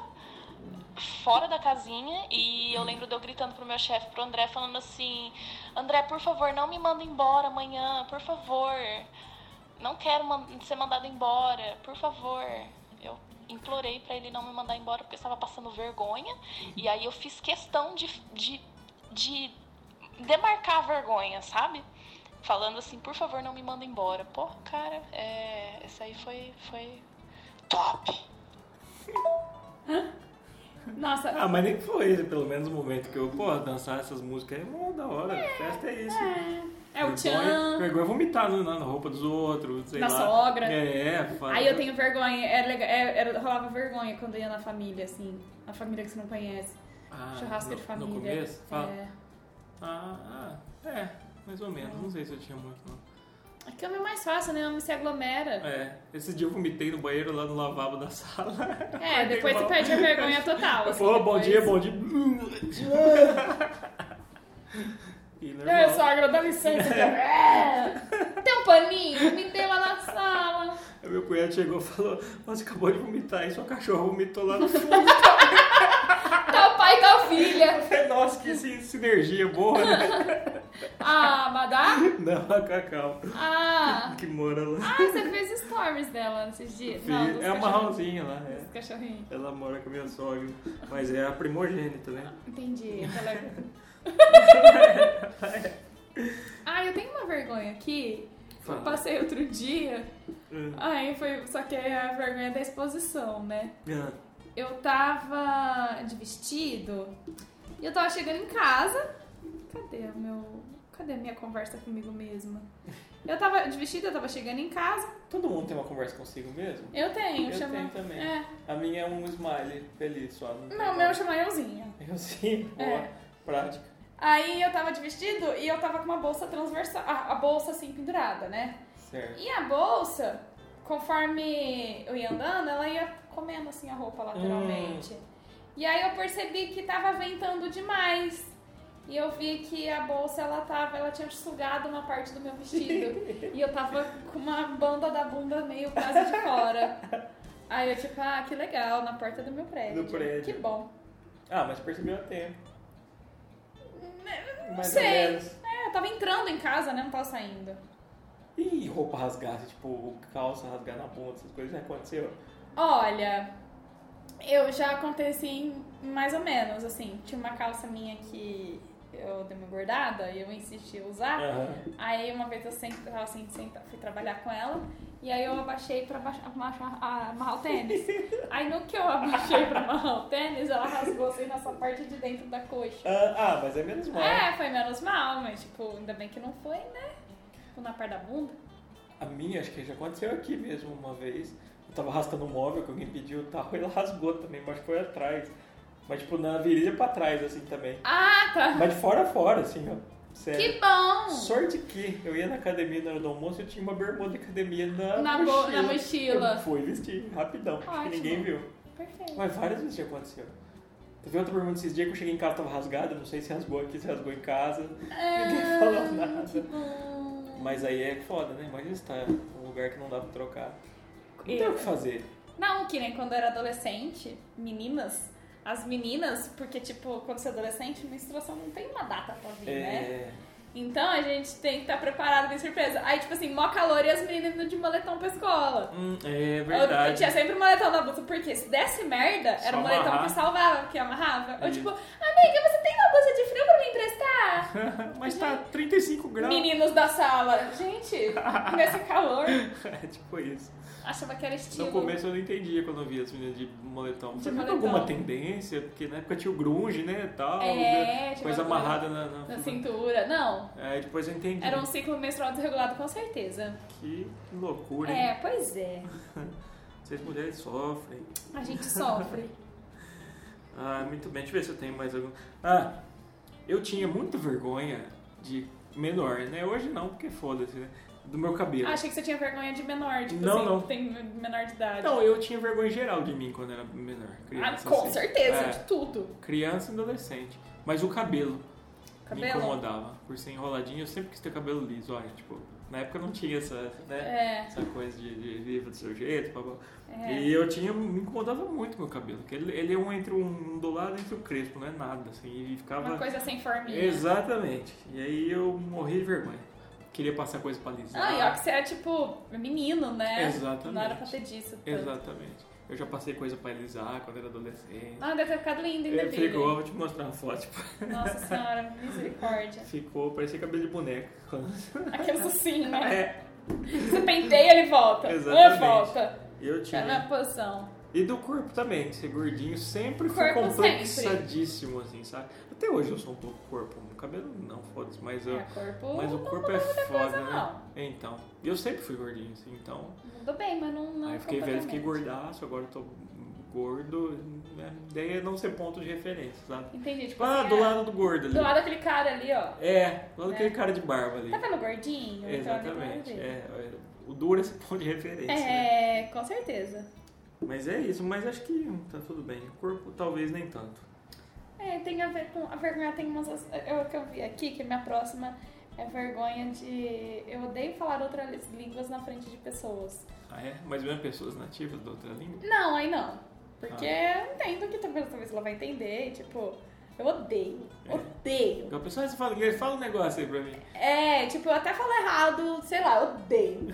Speaker 4: fora da casinha, e eu lembro de eu gritando pro meu chefe, pro André, falando assim: André, por favor, não me manda embora amanhã, por favor. Não quero man- ser mandado embora, por favor. Eu implorei pra ele não me mandar embora porque eu estava passando vergonha. E aí eu fiz questão de, de, de demarcar a vergonha, sabe? Falando assim, por favor, não me manda embora. Pô, cara, é, essa aí foi, foi top.
Speaker 3: Nossa, é
Speaker 2: Ah, mas nem que foi ele, pelo menos o momento que eu, pô, dançar essas músicas aí, mó da hora, festa é isso.
Speaker 3: é o
Speaker 2: Vergonha-
Speaker 3: Tchan.
Speaker 2: Vergonha é vomitar no- na roupa dos outros, sei
Speaker 3: Na
Speaker 2: lá.
Speaker 3: sogra.
Speaker 2: É, é, fala.
Speaker 3: Aí eu tenho vergonha. Era legal, é- era- rolava vergonha quando ia na família, assim. Na família que você não conhece.
Speaker 2: Ah,
Speaker 3: Churrasco
Speaker 2: no-
Speaker 3: de família.
Speaker 2: No começo? Fala.
Speaker 3: É.
Speaker 2: Ah, ah, é, mais ou menos, não sei se eu tinha muito não.
Speaker 3: É que homem é mais fácil, né? Homem se aglomera.
Speaker 2: É, esse dia eu vomitei no banheiro lá no lavabo da sala.
Speaker 3: É, depois você
Speaker 2: Mal.
Speaker 3: perde a vergonha total.
Speaker 2: Eu
Speaker 3: assim,
Speaker 2: falo, bom
Speaker 3: depois.
Speaker 2: dia, bom dia. e normal.
Speaker 3: É, sogra, dá licença. né? É. Tem um paninho? Me deu lá na sala.
Speaker 2: Aí meu cunhado chegou e falou, "Nossa, você acabou de vomitar, e sua cachorra vomitou lá no fundo.
Speaker 3: Dá É o pai, tal filha.
Speaker 2: Nossa, que si- sinergia boa, né?
Speaker 3: Ah, Madá?
Speaker 2: Não, a Cacau,
Speaker 3: Ah.
Speaker 2: que mora lá.
Speaker 3: Ah, você fez stories dela esses dias. Não, dos
Speaker 2: é uma
Speaker 3: cachorrinhos.
Speaker 2: Raulzinha lá, é.
Speaker 3: Dos cachorrinhos.
Speaker 2: Ela mora com a minha sogra, mas é a primogênita, né?
Speaker 3: Entendi. é- aquela- ah, eu tenho uma vergonha aqui. Eu
Speaker 2: Fala.
Speaker 3: passei outro dia.
Speaker 2: Ah,
Speaker 3: Aí foi. Só que é a vergonha da exposição, né?
Speaker 2: ah,
Speaker 3: Eu tava de vestido e eu tava chegando em casa. Cadê o meu. Cadê a minha conversa comigo mesma? Eu tava de vestido, eu tava chegando em casa.
Speaker 2: Todo mundo tem uma conversa consigo mesmo?
Speaker 3: Eu tenho,
Speaker 2: Eu
Speaker 3: um chama.
Speaker 2: tenho também.
Speaker 3: É.
Speaker 2: A minha é um smile feliz, só. Não, tem
Speaker 3: Não, o meu
Speaker 2: nada.
Speaker 3: chama euzinha.
Speaker 2: Eu sim, boa,
Speaker 3: É.
Speaker 2: prática.
Speaker 3: Aí eu tava de vestido e eu tava com uma bolsa transversal, a, a bolsa assim pendurada, né?
Speaker 2: Certo.
Speaker 3: E a bolsa, conforme eu ia andando, ela ia comendo assim a roupa lateralmente.
Speaker 2: Hum.
Speaker 3: E aí eu percebi que tava ventando demais. E eu vi que a bolsa ela tava, ela tinha sugado uma parte do meu vestido. e eu tava com uma banda da bunda meio quase de fora. Aí eu tipo, ah, que legal, na porta do meu prédio.
Speaker 2: Do prédio.
Speaker 3: Que bom.
Speaker 2: Ah, mas percebeu a tempo.
Speaker 3: Não
Speaker 2: Mais ou
Speaker 3: sei.
Speaker 2: menos.
Speaker 3: É, eu tava entrando em casa, né? Não tava saindo.
Speaker 2: Ih, roupa rasgada, tipo, calça rasgada na ponta, essas coisas já aconteceu.
Speaker 3: Olha, eu já aconteci em- mais ou menos, assim. Tinha uma calça minha que eu dei uma engordada e eu insisti em usar.
Speaker 2: Aham.
Speaker 3: Aí uma vez eu sempre tava assim, senta- fui trabalhar com ela. E aí eu abaixei pra baixar- abaixar- a- amarrar o tênis. Aí no que eu abaixei pra amarrar o tênis, ela rasgou assim nessa parte de dentro da coxa.
Speaker 2: Ah, ah, mas é menos mal.
Speaker 3: É, foi menos mal, mas tipo, ainda bem que não foi, né? Tipo, na parte da bunda.
Speaker 2: A minha, acho que já aconteceu aqui mesmo uma vez. Eu tava arrastando um móvel que alguém pediu e tal, e ela rasgou também, mas foi atrás. Mas, tipo, na virilha pra trás, assim, também.
Speaker 3: Ah, tá.
Speaker 2: Mas de fora a fora, assim, ó. Sério.
Speaker 3: Que bom!
Speaker 2: Sorte que eu ia na academia na hora do almoço e eu tinha uma bermuda de academia na,
Speaker 3: Na bo-
Speaker 2: mochila.
Speaker 3: na mochila.
Speaker 2: Eu fui vestir, rapidão, acho que
Speaker 3: Ótimo.
Speaker 2: ninguém viu.
Speaker 3: Perfeito.
Speaker 2: Mas várias vezes já aconteceu. Teve outra bermuda esses dias que eu cheguei em casa tava rasgada, não sei se rasgou aqui, se rasgou em casa.
Speaker 3: Ah.
Speaker 2: Ninguém falou nada.
Speaker 3: Que bom.
Speaker 2: Mas aí é foda, né? Imagina se tá num lugar que não dá pra trocar. Não tem
Speaker 3: Eu-
Speaker 2: o que fazer.
Speaker 3: Não, que nem quando eu era adolescente, meninas, as meninas, porque tipo, quando você é adolescente, menstruação não tem uma data pra vir, né?
Speaker 2: É.
Speaker 3: Então a gente tem que estar preparado pra surpresa. Aí, tipo assim, mó calor e as meninas indo de moletom pra escola.
Speaker 2: Hum, é
Speaker 3: Eu
Speaker 2: verdade.
Speaker 3: tinha sempre um moletom na blusa, porque se desse merda,
Speaker 2: Só É.
Speaker 3: era um moletom
Speaker 2: amarrar.
Speaker 3: que salvava, que amarrava. Ou
Speaker 2: Isso.
Speaker 3: tipo, amiga, você tem uma blusa de frio pra me emprestar?
Speaker 2: Mas tá 35 graus.
Speaker 3: Meninos da sala. Gente, nesse calor,
Speaker 2: É tipo isso.
Speaker 3: achava que era estilo.
Speaker 2: No começo eu não entendia quando eu via as meninas de moletom.
Speaker 3: De
Speaker 2: Você viu
Speaker 3: moletom.
Speaker 2: alguma tendência? Porque na época tinha o grunge, né? Tal,
Speaker 3: É,
Speaker 2: né?
Speaker 3: tinha Assim,
Speaker 2: Coisa
Speaker 3: uma coisa
Speaker 2: amarrada na, na,
Speaker 3: Na cintura, não.
Speaker 2: É, depois eu entendi.
Speaker 3: Era um ciclo menstrual desregulado, com certeza.
Speaker 2: Que loucura, hein?
Speaker 3: É, pois é.
Speaker 2: Vocês mulheres sofrem.
Speaker 3: A gente sofre.
Speaker 2: Ah, muito bem. Deixa eu ver se eu tenho mais algum. Ah, eu tinha muita vergonha de menor, né? Hoje não, porque foda-se, né? Do meu cabelo.
Speaker 3: Ah, achei que você tinha vergonha de menor, tipo
Speaker 2: Não,
Speaker 3: assim,
Speaker 2: não.
Speaker 3: que tem menor de idade.
Speaker 2: Não, eu tinha vergonha geral de mim quando era menor.
Speaker 3: ah,
Speaker 2: Criança,
Speaker 3: com
Speaker 2: assim.
Speaker 3: certeza,
Speaker 2: É.
Speaker 3: de tudo.
Speaker 2: Criança e adolescente. Mas o cabelo, me
Speaker 3: Cabelo?
Speaker 2: incomodava. Por ser enroladinho, eu sempre quis ter cabelo liso. Olha, tipo, na época não tinha essa, né?
Speaker 3: É,
Speaker 2: Essa coisa de, de viva do seu jeito, blá, blá.
Speaker 3: é.
Speaker 2: E eu tinha, me incomodava muito meu cabelo. porque Ele, ele é um entre um ondulado entre o crespo, não é nada, assim. E
Speaker 3: Uma
Speaker 2: ficava.
Speaker 3: coisa sem forminha.
Speaker 2: Exatamente. E aí eu morri de vergonha. Queria passar coisa pra lisar.
Speaker 3: Ah, e ó, que você é tipo menino, né?
Speaker 2: Exatamente.
Speaker 3: Não era pra ter disso. tanto.
Speaker 2: Exatamente. Eu já passei coisa pra lisar quando era adolescente.
Speaker 3: Ah, deve ter ficado lindo ainda,
Speaker 2: Ele
Speaker 3: Billy.
Speaker 2: ficou, eu vou te mostrar uma foto. tipo,
Speaker 3: Nossa senhora, misericórdia.
Speaker 2: ficou, parecia cabelo de boneca.
Speaker 3: Aqueles assim, né?
Speaker 2: É,
Speaker 3: Você penteia, ele volta.
Speaker 2: Exatamente.
Speaker 3: Ele volta.
Speaker 2: eu
Speaker 3: Tá na
Speaker 2: tinha.
Speaker 3: posição.
Speaker 2: E do corpo também, ser gordinho sempre fui
Speaker 3: Corpo
Speaker 2: complexadíssimo, assim, sabe? Até hoje eu sou um pouco corpo, o cabelo não, foda-se, mas eu.
Speaker 3: É, corpo
Speaker 2: Mas o
Speaker 3: não
Speaker 2: corpo
Speaker 3: mudou
Speaker 2: é
Speaker 3: muita
Speaker 2: foda,
Speaker 3: coisa, não.
Speaker 2: né? É, Então. E eu sempre fui gordinho, assim, então.
Speaker 3: Mudou bem, mas não. não
Speaker 2: aí eu fiquei velho, fiquei
Speaker 3: completamente.
Speaker 2: gordaço, agora eu tô gordo. né? A ideia é não ser ponto de referência, sabe?
Speaker 3: Entendi, tipo.
Speaker 2: Tipo, ah,
Speaker 3: assim,
Speaker 2: do
Speaker 3: é,
Speaker 2: lado do gordo ali.
Speaker 3: Do lado daquele cara ali, ó.
Speaker 2: É, do lado
Speaker 3: É.
Speaker 2: daquele cara de barba ali.
Speaker 3: Tá vendo o gordinho? Então, ali do lado
Speaker 2: Exatamente.
Speaker 3: dele.
Speaker 2: É, o duro é ser ponto de referência. né?
Speaker 3: É, com certeza.
Speaker 2: Mas é isso, mas acho que tá tudo bem. O corpo talvez nem tanto.
Speaker 3: É, tem a ver com. A vergonha tem umas. Eu que eu vi aqui, que minha próxima é vergonha de. Eu odeio falar outras línguas na frente de pessoas.
Speaker 2: Ah, é? Mas mesmo pessoas nativas da outra língua?
Speaker 3: Não, aí não. Porque
Speaker 2: Ah.
Speaker 3: eu entendo que talvez, talvez ela vai entender, e, tipo, eu odeio,
Speaker 2: É.
Speaker 3: odeio.
Speaker 2: A pessoa se fala inglês, fala um negócio aí pra mim.
Speaker 3: É, tipo, eu até falo errado, sei lá, eu odeio.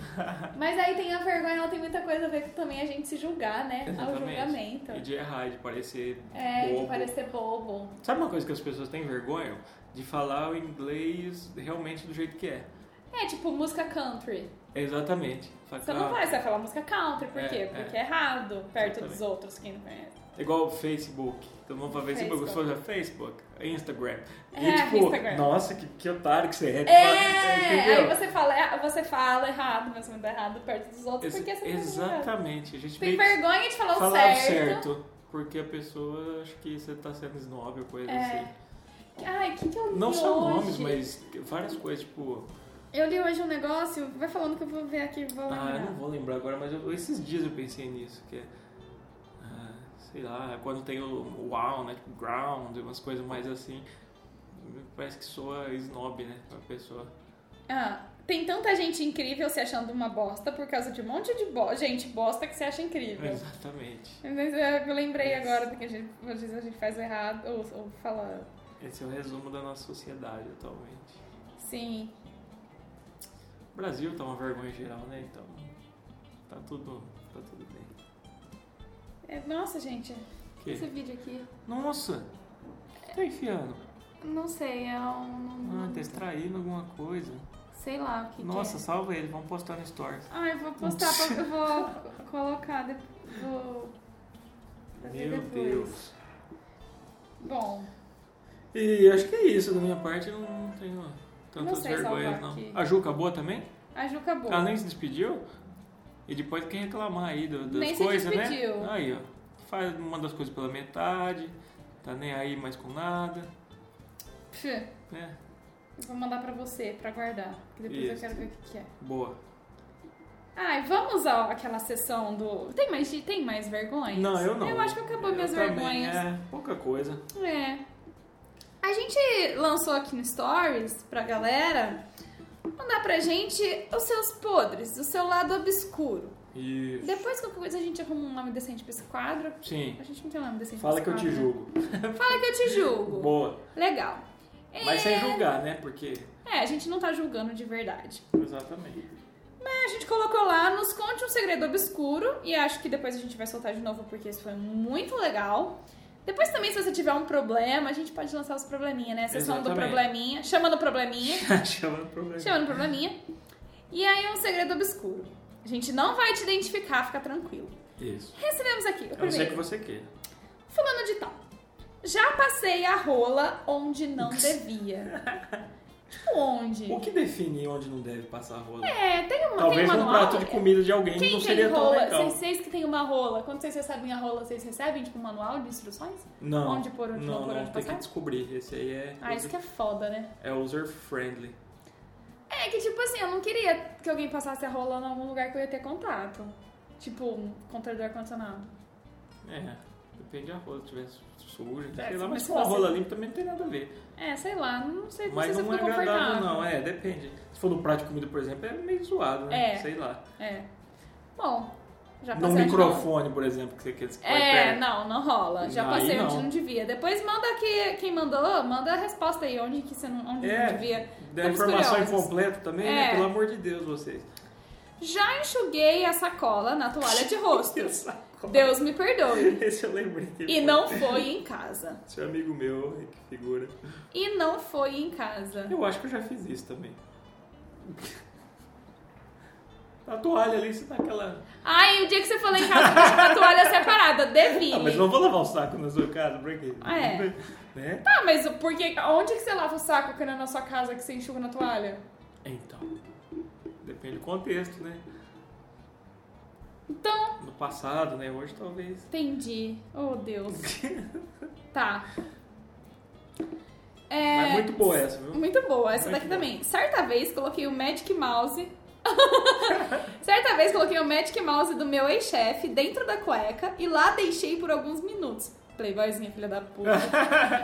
Speaker 3: Mas aí tem a vergonha, ela tem muita coisa a ver com também a gente se julgar, né? Ao julgamento.
Speaker 2: E de errar, de parecer
Speaker 3: Então. É,
Speaker 2: bobo.
Speaker 3: de parecer bobo.
Speaker 2: Sabe uma coisa que as pessoas têm vergonha? De falar o inglês realmente do jeito que é.
Speaker 3: É, tipo, música country.
Speaker 2: Exatamente. Fala,
Speaker 3: Você não
Speaker 2: "Ah,
Speaker 3: vai, você vai falar música country, por
Speaker 2: É,
Speaker 3: quê?
Speaker 2: é.
Speaker 3: Porque é errado, perto dos
Speaker 2: Exatamente.
Speaker 3: outros, quem não conhece.
Speaker 2: é Igual o Facebook. Todo mundo fala Facebook,
Speaker 3: Facebook.
Speaker 2: eu sou já Facebook, Instagram. tipo,
Speaker 3: É, Instagram.
Speaker 2: nossa, que, que otário que você é.
Speaker 3: É, aí
Speaker 2: Entendeu?
Speaker 3: você fala, é, você fala errado, mas muito errado perto dos outros,
Speaker 2: Ex-
Speaker 3: porque você não julgado.
Speaker 2: Exatamente. A gente
Speaker 3: Tem
Speaker 2: meio que
Speaker 3: vergonha de falar o
Speaker 2: falava
Speaker 3: certo.
Speaker 2: Porque a pessoa acha que você tá sendo snob ou coisa
Speaker 3: É.
Speaker 2: assim.
Speaker 3: Ai, o que, que eu li
Speaker 2: Não
Speaker 3: hoje?
Speaker 2: só nomes, mas várias coisas, tipo.
Speaker 3: Eu li hoje um negócio, vai falando que eu vou ver aqui, vou
Speaker 2: Ah, eu
Speaker 3: lembrar.
Speaker 2: não vou lembrar agora, mas eu- esses dias eu pensei nisso, que é. ah, sei lá, quando tem o wow, né? Tipo, ground, umas coisas mais assim. Parece que soa snob, né? Pra pessoa.
Speaker 3: Ah, tem tanta gente incrível se achando uma bosta por causa de um monte de bo- gente bosta que se acha incrível.
Speaker 2: Exatamente.
Speaker 3: Mas é, eu lembrei
Speaker 2: É Isso.
Speaker 3: agora do que a gente, às vezes a gente faz errado, ou, ou fala
Speaker 2: Esse é o resumo da nossa sociedade atualmente.
Speaker 3: sim.
Speaker 2: O Brasil tá uma vergonha geral, né? Então. Tá tudo. Tá tudo bem.
Speaker 3: É, nossa, gente,
Speaker 2: Que?
Speaker 3: esse vídeo aqui.
Speaker 2: Nossa! O que tá enfiando?
Speaker 3: Não sei, é um.
Speaker 2: Ah, tá extraindo alguma coisa.
Speaker 3: sei lá o que é.
Speaker 2: Nossa, salva ele, vamos postar no Stories.
Speaker 3: Ah, eu vou postar, pra, eu vou co- colocar, depois, vou fazer
Speaker 2: Meu
Speaker 3: depois.
Speaker 2: Deus.
Speaker 3: Bom,
Speaker 2: E acho que é isso, da minha parte eu não tenho
Speaker 3: Não
Speaker 2: tantas
Speaker 3: sei
Speaker 2: vergonhas,
Speaker 3: salvar
Speaker 2: não.
Speaker 3: aqui.
Speaker 2: A Ju acabou também?
Speaker 3: a Ju acabou.
Speaker 2: Ela Ah, nem se despediu? E depois quem reclamar aí do- das
Speaker 3: Nem se
Speaker 2: coisas, né?
Speaker 3: despediu.
Speaker 2: Aí, ó. Faz uma das coisas pela metade, tá nem aí mais com nada,
Speaker 3: Pff,
Speaker 2: né?
Speaker 3: eu vou mandar pra você, pra guardar, que depois eu
Speaker 2: Isso.
Speaker 3: quero ver o que, que é.
Speaker 2: Boa.
Speaker 3: Ai, vamos à, àquela sessão do... Tem mais, de- tem mais vergonhas?
Speaker 2: Não, eu não.
Speaker 3: É Eu acho que acabou minhas
Speaker 2: também,
Speaker 3: vergonhas.
Speaker 2: É, pouca coisa.
Speaker 3: É. A gente lançou aqui no Stories pra galera mandar pra gente os seus podres, o seu lado obscuro.
Speaker 2: Isso.
Speaker 3: Depois qualquer coisa a gente arruma um nome decente pra esse quadro.
Speaker 2: Sim.
Speaker 3: A gente não tem um nome decente
Speaker 2: Fala que
Speaker 3: pra
Speaker 2: eu
Speaker 3: esse
Speaker 2: te
Speaker 3: quadro,
Speaker 2: julgo.
Speaker 3: né? Fala que eu te julgo.
Speaker 2: Boa.
Speaker 3: Legal.
Speaker 2: Mas sem julgar, né? Porque.
Speaker 3: É, a gente não tá julgando de verdade.
Speaker 2: Exatamente.
Speaker 3: Mas a gente colocou lá, nos conte um segredo obscuro. E acho que depois a gente vai soltar de novo, porque isso foi muito legal. Depois também, se você tiver um problema, a gente pode lançar os probleminha, né? Sessão do
Speaker 2: Exatamente.
Speaker 3: probleminha. Chama no probleminha.
Speaker 2: Chama no um problema.
Speaker 3: Chama no probleminha. E aí é um segredo obscuro. A gente não vai te identificar, fica tranquilo.
Speaker 2: Isso.
Speaker 3: Recebemos aqui o
Speaker 2: Eu não sei o que
Speaker 3: primeiro.
Speaker 2: você queira.
Speaker 3: Fulano de tal. Já passei a rola onde não devia. tipo, onde?
Speaker 2: O que define onde não deve passar rola?
Speaker 3: É, tem uma tem um
Speaker 2: Talvez num
Speaker 3: manual.
Speaker 2: prato de comida de alguém
Speaker 3: Quem
Speaker 2: não
Speaker 3: tem
Speaker 2: seria tão
Speaker 3: rola,
Speaker 2: legal.
Speaker 3: vocês, vocês que tem uma rola, quando vocês recebem a rola, vocês recebem, tipo, um manual de instruções?
Speaker 2: Não.
Speaker 3: Onde pôr, onde não
Speaker 2: não,
Speaker 3: pôr,
Speaker 2: não,
Speaker 3: onde
Speaker 2: tem que
Speaker 3: passar?
Speaker 2: descobrir. Esse aí é,
Speaker 3: Ah, isso que é foda, né?
Speaker 2: é user friendly.
Speaker 3: É que, tipo assim, eu não queria que alguém passasse a rola em algum lugar que eu ia ter contato. Tipo, um controle do ar-condicionado.
Speaker 2: É. Depende da rola, se tiver suja,
Speaker 3: É,
Speaker 2: sei lá,
Speaker 3: mas
Speaker 2: mas
Speaker 3: se
Speaker 2: com uma
Speaker 3: você-
Speaker 2: rola limpa também não tem nada a ver.
Speaker 3: É, sei lá, não sei, não sei
Speaker 2: Mas
Speaker 3: se eu
Speaker 2: não é
Speaker 3: fico
Speaker 2: agradável,
Speaker 3: confortável.
Speaker 2: não. É, depende. Se for no prato de comida, por exemplo, é meio zoado, né?
Speaker 3: É.
Speaker 2: Sei lá.
Speaker 3: É. Bom, já
Speaker 2: Num
Speaker 3: passei onde
Speaker 2: microfone, por exemplo, que você quer que
Speaker 3: Não... É, não, não rola. Já
Speaker 2: Aí
Speaker 3: passei onde
Speaker 2: não.
Speaker 3: não devia. Depois manda aqui, quem mandou, manda a resposta aí, onde que você não, onde
Speaker 2: É.
Speaker 3: não devia.
Speaker 2: Da
Speaker 3: Estamos
Speaker 2: informação
Speaker 3: curiosos.
Speaker 2: incompleta também,
Speaker 3: É.
Speaker 2: né? Pelo amor de Deus, vocês.
Speaker 3: Já enxuguei a sacola na toalha de rosto.
Speaker 2: Que saco.
Speaker 3: Deus me perdoe.
Speaker 2: Esse eu lembrei. que
Speaker 3: E
Speaker 2: foi.
Speaker 3: não foi em casa.
Speaker 2: Esse é um amigo meu, que figura.
Speaker 3: E não foi em casa.
Speaker 2: Eu acho que eu já fiz isso também. A toalha ali, você dá aquela...
Speaker 3: Ai, o dia que você falou em casa, deixa a toalha separada. Devia.
Speaker 2: Ah, mas não vou lavar o saco na sua casa, pra quê?
Speaker 3: Ah, é.
Speaker 2: Né?
Speaker 3: Tá, mas porque, onde que você lava o saco que não é na sua casa que você enxuga na toalha?
Speaker 2: Então, depende do contexto, né?
Speaker 3: Então,
Speaker 2: No passado, né? Hoje talvez...
Speaker 3: Entendi. Oh, Deus. tá. É...
Speaker 2: Mas muito boa essa, viu?
Speaker 3: Muito boa, essa
Speaker 2: Muito
Speaker 3: daqui
Speaker 2: boa.
Speaker 3: também. Certa vez coloquei o Magic Mouse. Certa vez coloquei o Magic Mouse do meu ex-chefe dentro da cueca e lá deixei por alguns minutos. Playboyzinha, filha da puta.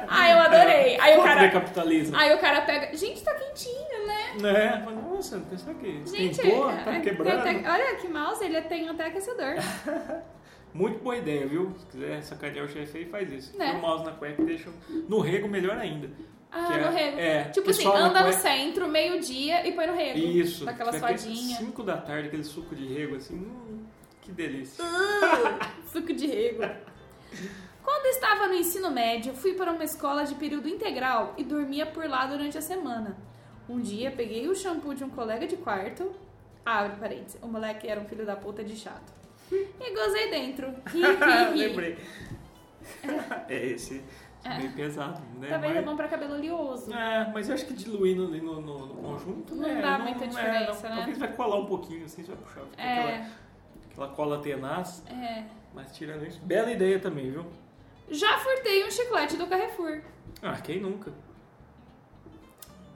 Speaker 3: ah, eu adorei. Aí o
Speaker 2: Contra
Speaker 3: cara.
Speaker 2: capitalismo.
Speaker 3: Aí o cara pega. Gente, tá quentinho, né?
Speaker 2: Né? Mas, Nossa, pensar que
Speaker 3: Gente,
Speaker 2: esquentou,
Speaker 3: é-
Speaker 2: tá
Speaker 3: é-
Speaker 2: quebrando.
Speaker 3: tem até- olha que mouse, ele tem até aquecedor.
Speaker 2: Muito boa ideia, viu? Se quiser sacanear o chefe aí, faz isso.
Speaker 3: Né?
Speaker 2: Põe o mouse na cueca e deixa no rego melhor ainda.
Speaker 3: Ah,
Speaker 2: Que é-
Speaker 3: no rego.
Speaker 2: é,
Speaker 3: tipo
Speaker 2: que
Speaker 3: assim,
Speaker 2: só na
Speaker 3: anda no
Speaker 2: cueca.
Speaker 3: centro, meio-dia e põe no rego.
Speaker 2: Isso.
Speaker 3: Daquela
Speaker 2: Você vai ter
Speaker 3: suadinha.
Speaker 2: cinco da tarde, aquele suco de rego assim. Hum, que delícia.
Speaker 3: Ah, Suco de rego. Quando estava no ensino médio, fui para uma escola de período integral e dormia por lá durante a semana. Um dia peguei o shampoo de um colega de quarto. Abre parênteses. O moleque era um filho da puta de chato. E gozei dentro. Hi, hi, hi.
Speaker 2: Ah, Lembrei. é esse.
Speaker 3: É.
Speaker 2: Meio pesado, né?
Speaker 3: Talvez é
Speaker 2: Mas-
Speaker 3: bom pra cabelo oleoso.
Speaker 2: É, mas eu acho que diluindo ali no, no- no conjunto,
Speaker 3: Não
Speaker 2: né,
Speaker 3: dá muita diferença,
Speaker 2: é,
Speaker 3: né?
Speaker 2: Talvez vai colar um pouquinho, assim, já puxar fica
Speaker 3: É,
Speaker 2: aquela, aquela cola tenaz,
Speaker 3: é.
Speaker 2: mas tirando isso, bela ideia também, viu?
Speaker 3: Já furtei um chiclete do Carrefour.
Speaker 2: Ah, quem nunca?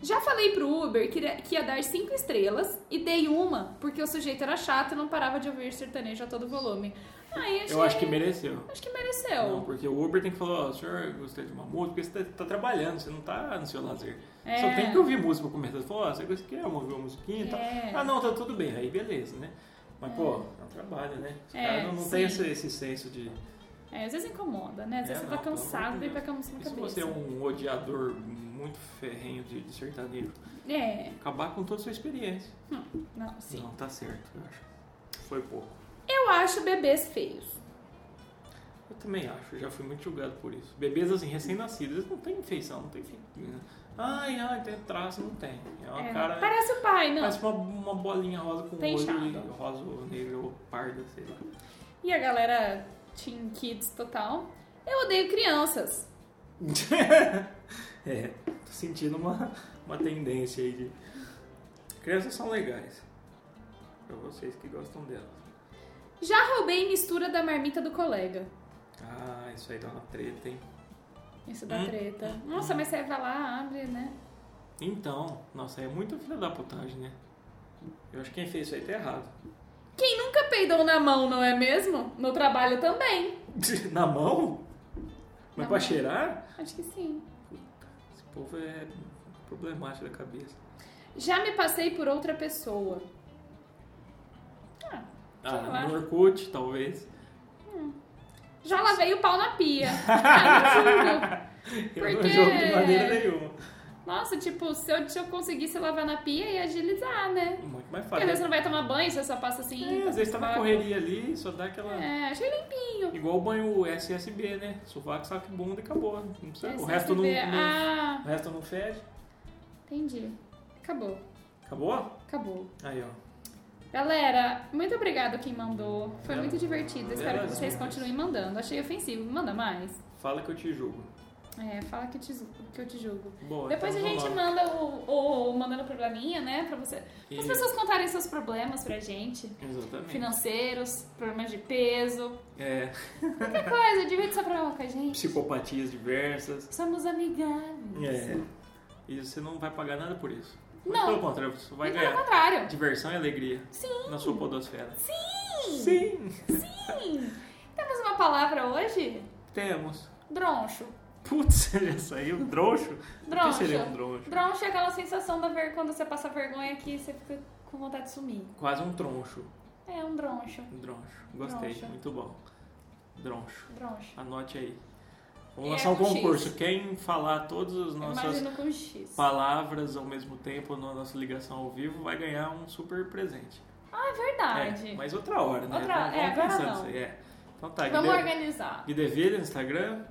Speaker 3: Já falei pro Uber que, que ia dar cinco estrelas e dei uma, porque o sujeito era chato e não parava de ouvir sertanejo a todo volume. Aí achei-
Speaker 2: Eu acho que mereceu.
Speaker 3: acho que mereceu.
Speaker 2: Não, porque o Uber tem que falar, ó, senhor, gostei de uma música, porque você tá, tá trabalhando, você não tá no seu lazer.
Speaker 3: É.
Speaker 2: Só tem que ouvir música pra começar. Você fala, ó, você gosta- quer ouvir uma musiquinha e tal.
Speaker 3: É.
Speaker 2: Ah, não, tá tudo bem, aí beleza, né? Mas, pô, é um trabalho, né? Os
Speaker 3: É,
Speaker 2: caras não, não têm
Speaker 3: sim.
Speaker 2: esse, esse senso de...
Speaker 3: É, às vezes incomoda, né? Às vezes
Speaker 2: É,
Speaker 3: você
Speaker 2: não,
Speaker 3: tá
Speaker 2: pelo amor
Speaker 3: cansado
Speaker 2: de
Speaker 3: e
Speaker 2: Deus.
Speaker 3: pega a música na
Speaker 2: E se
Speaker 3: cabeça.
Speaker 2: você é um odiador muito ferrenho de, de sertanejo,
Speaker 3: É,
Speaker 2: acabar com toda a sua experiência.
Speaker 3: não, sim.
Speaker 2: Não tá certo, eu acho. Foi pouco.
Speaker 3: Eu acho bebês feios.
Speaker 2: Eu também acho, eu já fui muito julgado por isso. Bebês assim, recém-nascidos, eles não têm feição, não têm fi- Ai, ai, tem traço, não tem. É uma
Speaker 3: É,
Speaker 2: cara.
Speaker 3: Parece o pai, não.
Speaker 2: Parece uma, uma bolinha rosa com
Speaker 3: Tem
Speaker 2: olho
Speaker 3: chato.
Speaker 2: e rosa ou negro ou parda, sei lá.
Speaker 3: E a galera Teen Kids total. Eu odeio crianças.
Speaker 2: é, tô sentindo uma, uma tendência aí de. Crianças são legais. Pra vocês que gostam delas.
Speaker 3: Já roubei mistura da marmita do colega.
Speaker 2: Ah, isso aí dá uma treta, hein?
Speaker 3: Isso da
Speaker 2: Hum.
Speaker 3: treta. Nossa, mas você vai lá, abre, né?
Speaker 2: Então, nossa, é muito filha da putagem, né? Eu acho que quem fez isso aí tá errado.
Speaker 3: Quem nunca peidou na mão, não é mesmo? No trabalho também.
Speaker 2: Na mão? Mas
Speaker 3: Na
Speaker 2: pra
Speaker 3: mão.
Speaker 2: cheirar?
Speaker 3: Acho que sim.
Speaker 2: Esse povo é problemático da cabeça.
Speaker 3: Já me passei por outra pessoa. Ah, lá.
Speaker 2: Ah, no Orkut, talvez.
Speaker 3: já lavei o pau na pia. Ah,
Speaker 2: Eu
Speaker 3: Porque-
Speaker 2: não jogo de maneira nenhuma.
Speaker 3: não julgo. Nossa, tipo, se eu, se eu conseguisse lavar na pia, ia agilizar, né?
Speaker 2: Muito mais
Speaker 3: Porque às
Speaker 2: fácil.
Speaker 3: vezes você não vai tomar banho, você só passa assim.
Speaker 2: É, às vezes tá na
Speaker 3: sovaco.
Speaker 2: correria ali, só dá aquela.
Speaker 3: É, achei limpinho.
Speaker 2: Igual o banho SSB, né? Sovaco, saco e bunda e acabou. Não precisa-
Speaker 3: Esse
Speaker 2: O resto não,
Speaker 3: bebê-
Speaker 2: não-
Speaker 3: Ah,
Speaker 2: O resto não fede.
Speaker 3: entendi. Acabou,
Speaker 2: Acabou?
Speaker 3: acabou.
Speaker 2: Aí, ó.
Speaker 3: Galera, muito obrigado quem mandou. Foi
Speaker 2: Bela-
Speaker 3: muito
Speaker 2: É,
Speaker 3: divertido. Espero que
Speaker 2: belas
Speaker 3: vocês
Speaker 2: dicas.
Speaker 3: continuem mandando. Achei ofensivo. Manda mais.
Speaker 2: Fala que eu te julgo.
Speaker 3: É, fala que, eu te, zu- que eu te julgo.
Speaker 2: Boa,
Speaker 3: Depois a
Speaker 2: então
Speaker 3: gente
Speaker 2: vamos lá.
Speaker 3: manda o, o mandando probleminha, né? Pra você. As
Speaker 2: E-
Speaker 3: pessoas contarem seus problemas pra gente.
Speaker 2: Exatamente.
Speaker 3: Financeiros, problemas de peso.
Speaker 2: É,
Speaker 3: Qualquer coisa, divide sua prova com a gente.
Speaker 2: psicopatias diversas.
Speaker 3: Somos amigáveis.
Speaker 2: É. E você não vai pagar nada por isso. Muito
Speaker 3: Não.
Speaker 2: pelo contrário, você vai
Speaker 3: Muito pelo
Speaker 2: ganhar
Speaker 3: contrário.
Speaker 2: diversão e alegria
Speaker 3: Sim.
Speaker 2: na sua podosfera.
Speaker 3: Sim!
Speaker 2: Sim!
Speaker 3: Sim! Temos uma palavra hoje?
Speaker 2: Temos.
Speaker 3: Droncho.
Speaker 2: Putz, já saiu droncho? O que
Speaker 3: Droncho.
Speaker 2: seria um droncho?
Speaker 3: Droncho é aquela sensação da ver quando você passa vergonha que você fica com vontade de sumir.
Speaker 2: Quase um troncho.
Speaker 3: É um droncho.
Speaker 2: Um droncho. Gostei,
Speaker 3: Droncho.
Speaker 2: muito bom. Droncho.
Speaker 3: Droncho.
Speaker 2: Anote aí.
Speaker 3: E
Speaker 2: Vamos
Speaker 3: é
Speaker 2: lançar um
Speaker 3: com X.
Speaker 2: concurso. Quem falar todas as nossas
Speaker 3: Imagino com X.
Speaker 2: palavras ao mesmo tempo na nossa ligação ao vivo vai ganhar um super presente.
Speaker 3: Ah, é verdade.
Speaker 2: É, mas outra hora, né?
Speaker 3: Outra-
Speaker 2: vamos
Speaker 3: é, agora
Speaker 2: pensando
Speaker 3: não.
Speaker 2: isso aí, é. Então tá,
Speaker 3: Vamos
Speaker 2: Guilherme.
Speaker 3: organizar.
Speaker 2: Guidevilha no Instagram,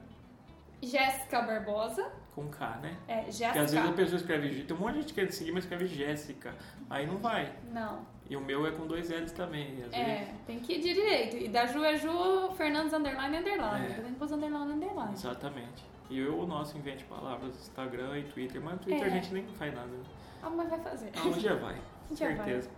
Speaker 3: Jéssica Barbosa.
Speaker 2: com K, né?
Speaker 3: É,
Speaker 2: Porque às vezes a
Speaker 3: Jéssica.
Speaker 2: pessoa escreve G- tem um monte de gente querendo seguir, mas escreve Jéssica. Aí não vai.
Speaker 3: Não.
Speaker 2: E o meu é com dois L's também. Às
Speaker 3: É,
Speaker 2: vezes.
Speaker 3: tem que ir direito. E da Ju é Ju Fernandes underline underline.
Speaker 2: É.
Speaker 3: Depois depois underline underline.
Speaker 2: Exatamente. E eu, o nosso invente palavras, Instagram e Twitter. Mas no Twitter
Speaker 3: É.
Speaker 2: a gente nem faz nada. né?
Speaker 3: A mãe vai fazer.
Speaker 2: Ah, um dia vai.
Speaker 3: Um dia vai.
Speaker 2: certeza.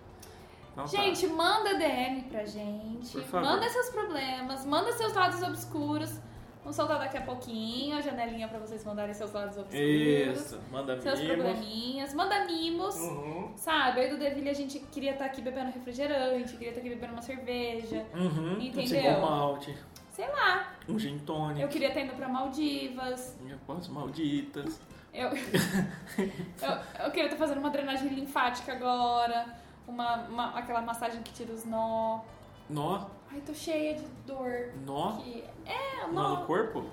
Speaker 2: Então tá.
Speaker 3: Gente, manda DM pra gente.
Speaker 2: Por favor.
Speaker 3: Manda seus problemas, manda seus lados obscuros. Vamos soltar daqui a pouquinho a janelinha pra vocês mandarem seus lados obscuros.
Speaker 2: Isso. Manda
Speaker 3: Seus
Speaker 2: mimos.
Speaker 3: probleminhas. Manda mimos.
Speaker 2: Uhum.
Speaker 3: Sabe, eu e do Deville a gente queria estar aqui bebendo refrigerante, queria estar aqui bebendo uma cerveja.
Speaker 2: Uhum.
Speaker 3: Entendeu?
Speaker 2: Um single malte,
Speaker 3: Sei lá.
Speaker 2: um gin tônico.
Speaker 3: Eu queria estar indo pra Maldivas.
Speaker 2: Minha pós malditas.
Speaker 3: Eu, eu, eu queria tá estar fazendo uma drenagem linfática agora. Uma, uma- aquela massagem que tira os nó.
Speaker 2: Nó,
Speaker 3: Ai, tô cheia de dor.
Speaker 2: nó,
Speaker 3: Que... É, um
Speaker 2: nó
Speaker 3: nó.
Speaker 2: no corpo?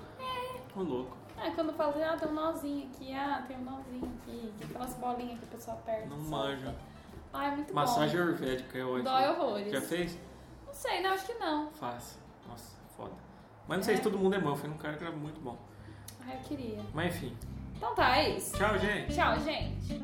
Speaker 2: Ô louco,
Speaker 3: Ah, quando eu falo, ah, tem um nozinho aqui, ah, tem um nozinho aqui. Aquelas bolinhas que a pessoa aperta.
Speaker 2: não
Speaker 3: solta.
Speaker 2: manjo.
Speaker 3: Ah, é muito
Speaker 2: Massagem
Speaker 3: bom.
Speaker 2: ayurvédica é ótimo.
Speaker 3: Dói horrores.
Speaker 2: Já fez?
Speaker 3: Não sei, não, acho que não.
Speaker 2: Faz. Nossa, foda. Mas não sei
Speaker 3: É.
Speaker 2: se todo mundo é bom, foi um cara que era muito bom.
Speaker 3: Ai, Ah, eu queria.
Speaker 2: Mas enfim.
Speaker 3: Então tá, é isso.
Speaker 2: Tchau, gente.
Speaker 3: Tchau, gente.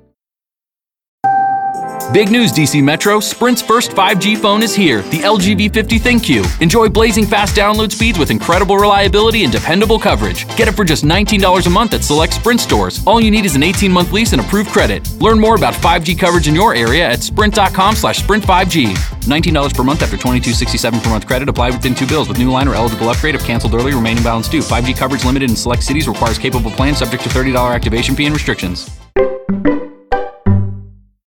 Speaker 5: Big news, DC Metro. Sprint's first 5G phone is here, the LG V50 ThinQ. Enjoy blazing fast download speeds with incredible reliability and dependable coverage. Get it for just $19 a month at select Sprint stores. All you need is an 18-month lease and approved credit. Learn more about 5G coverage in your area at sprint.com slash sprint5g. $19 per month after 2267 per month credit applied within two bills with new line or eligible upgrade if canceled early remaining balance due. 5G coverage limited in select cities requires capable plan subject to $30 activation fee and restrictions.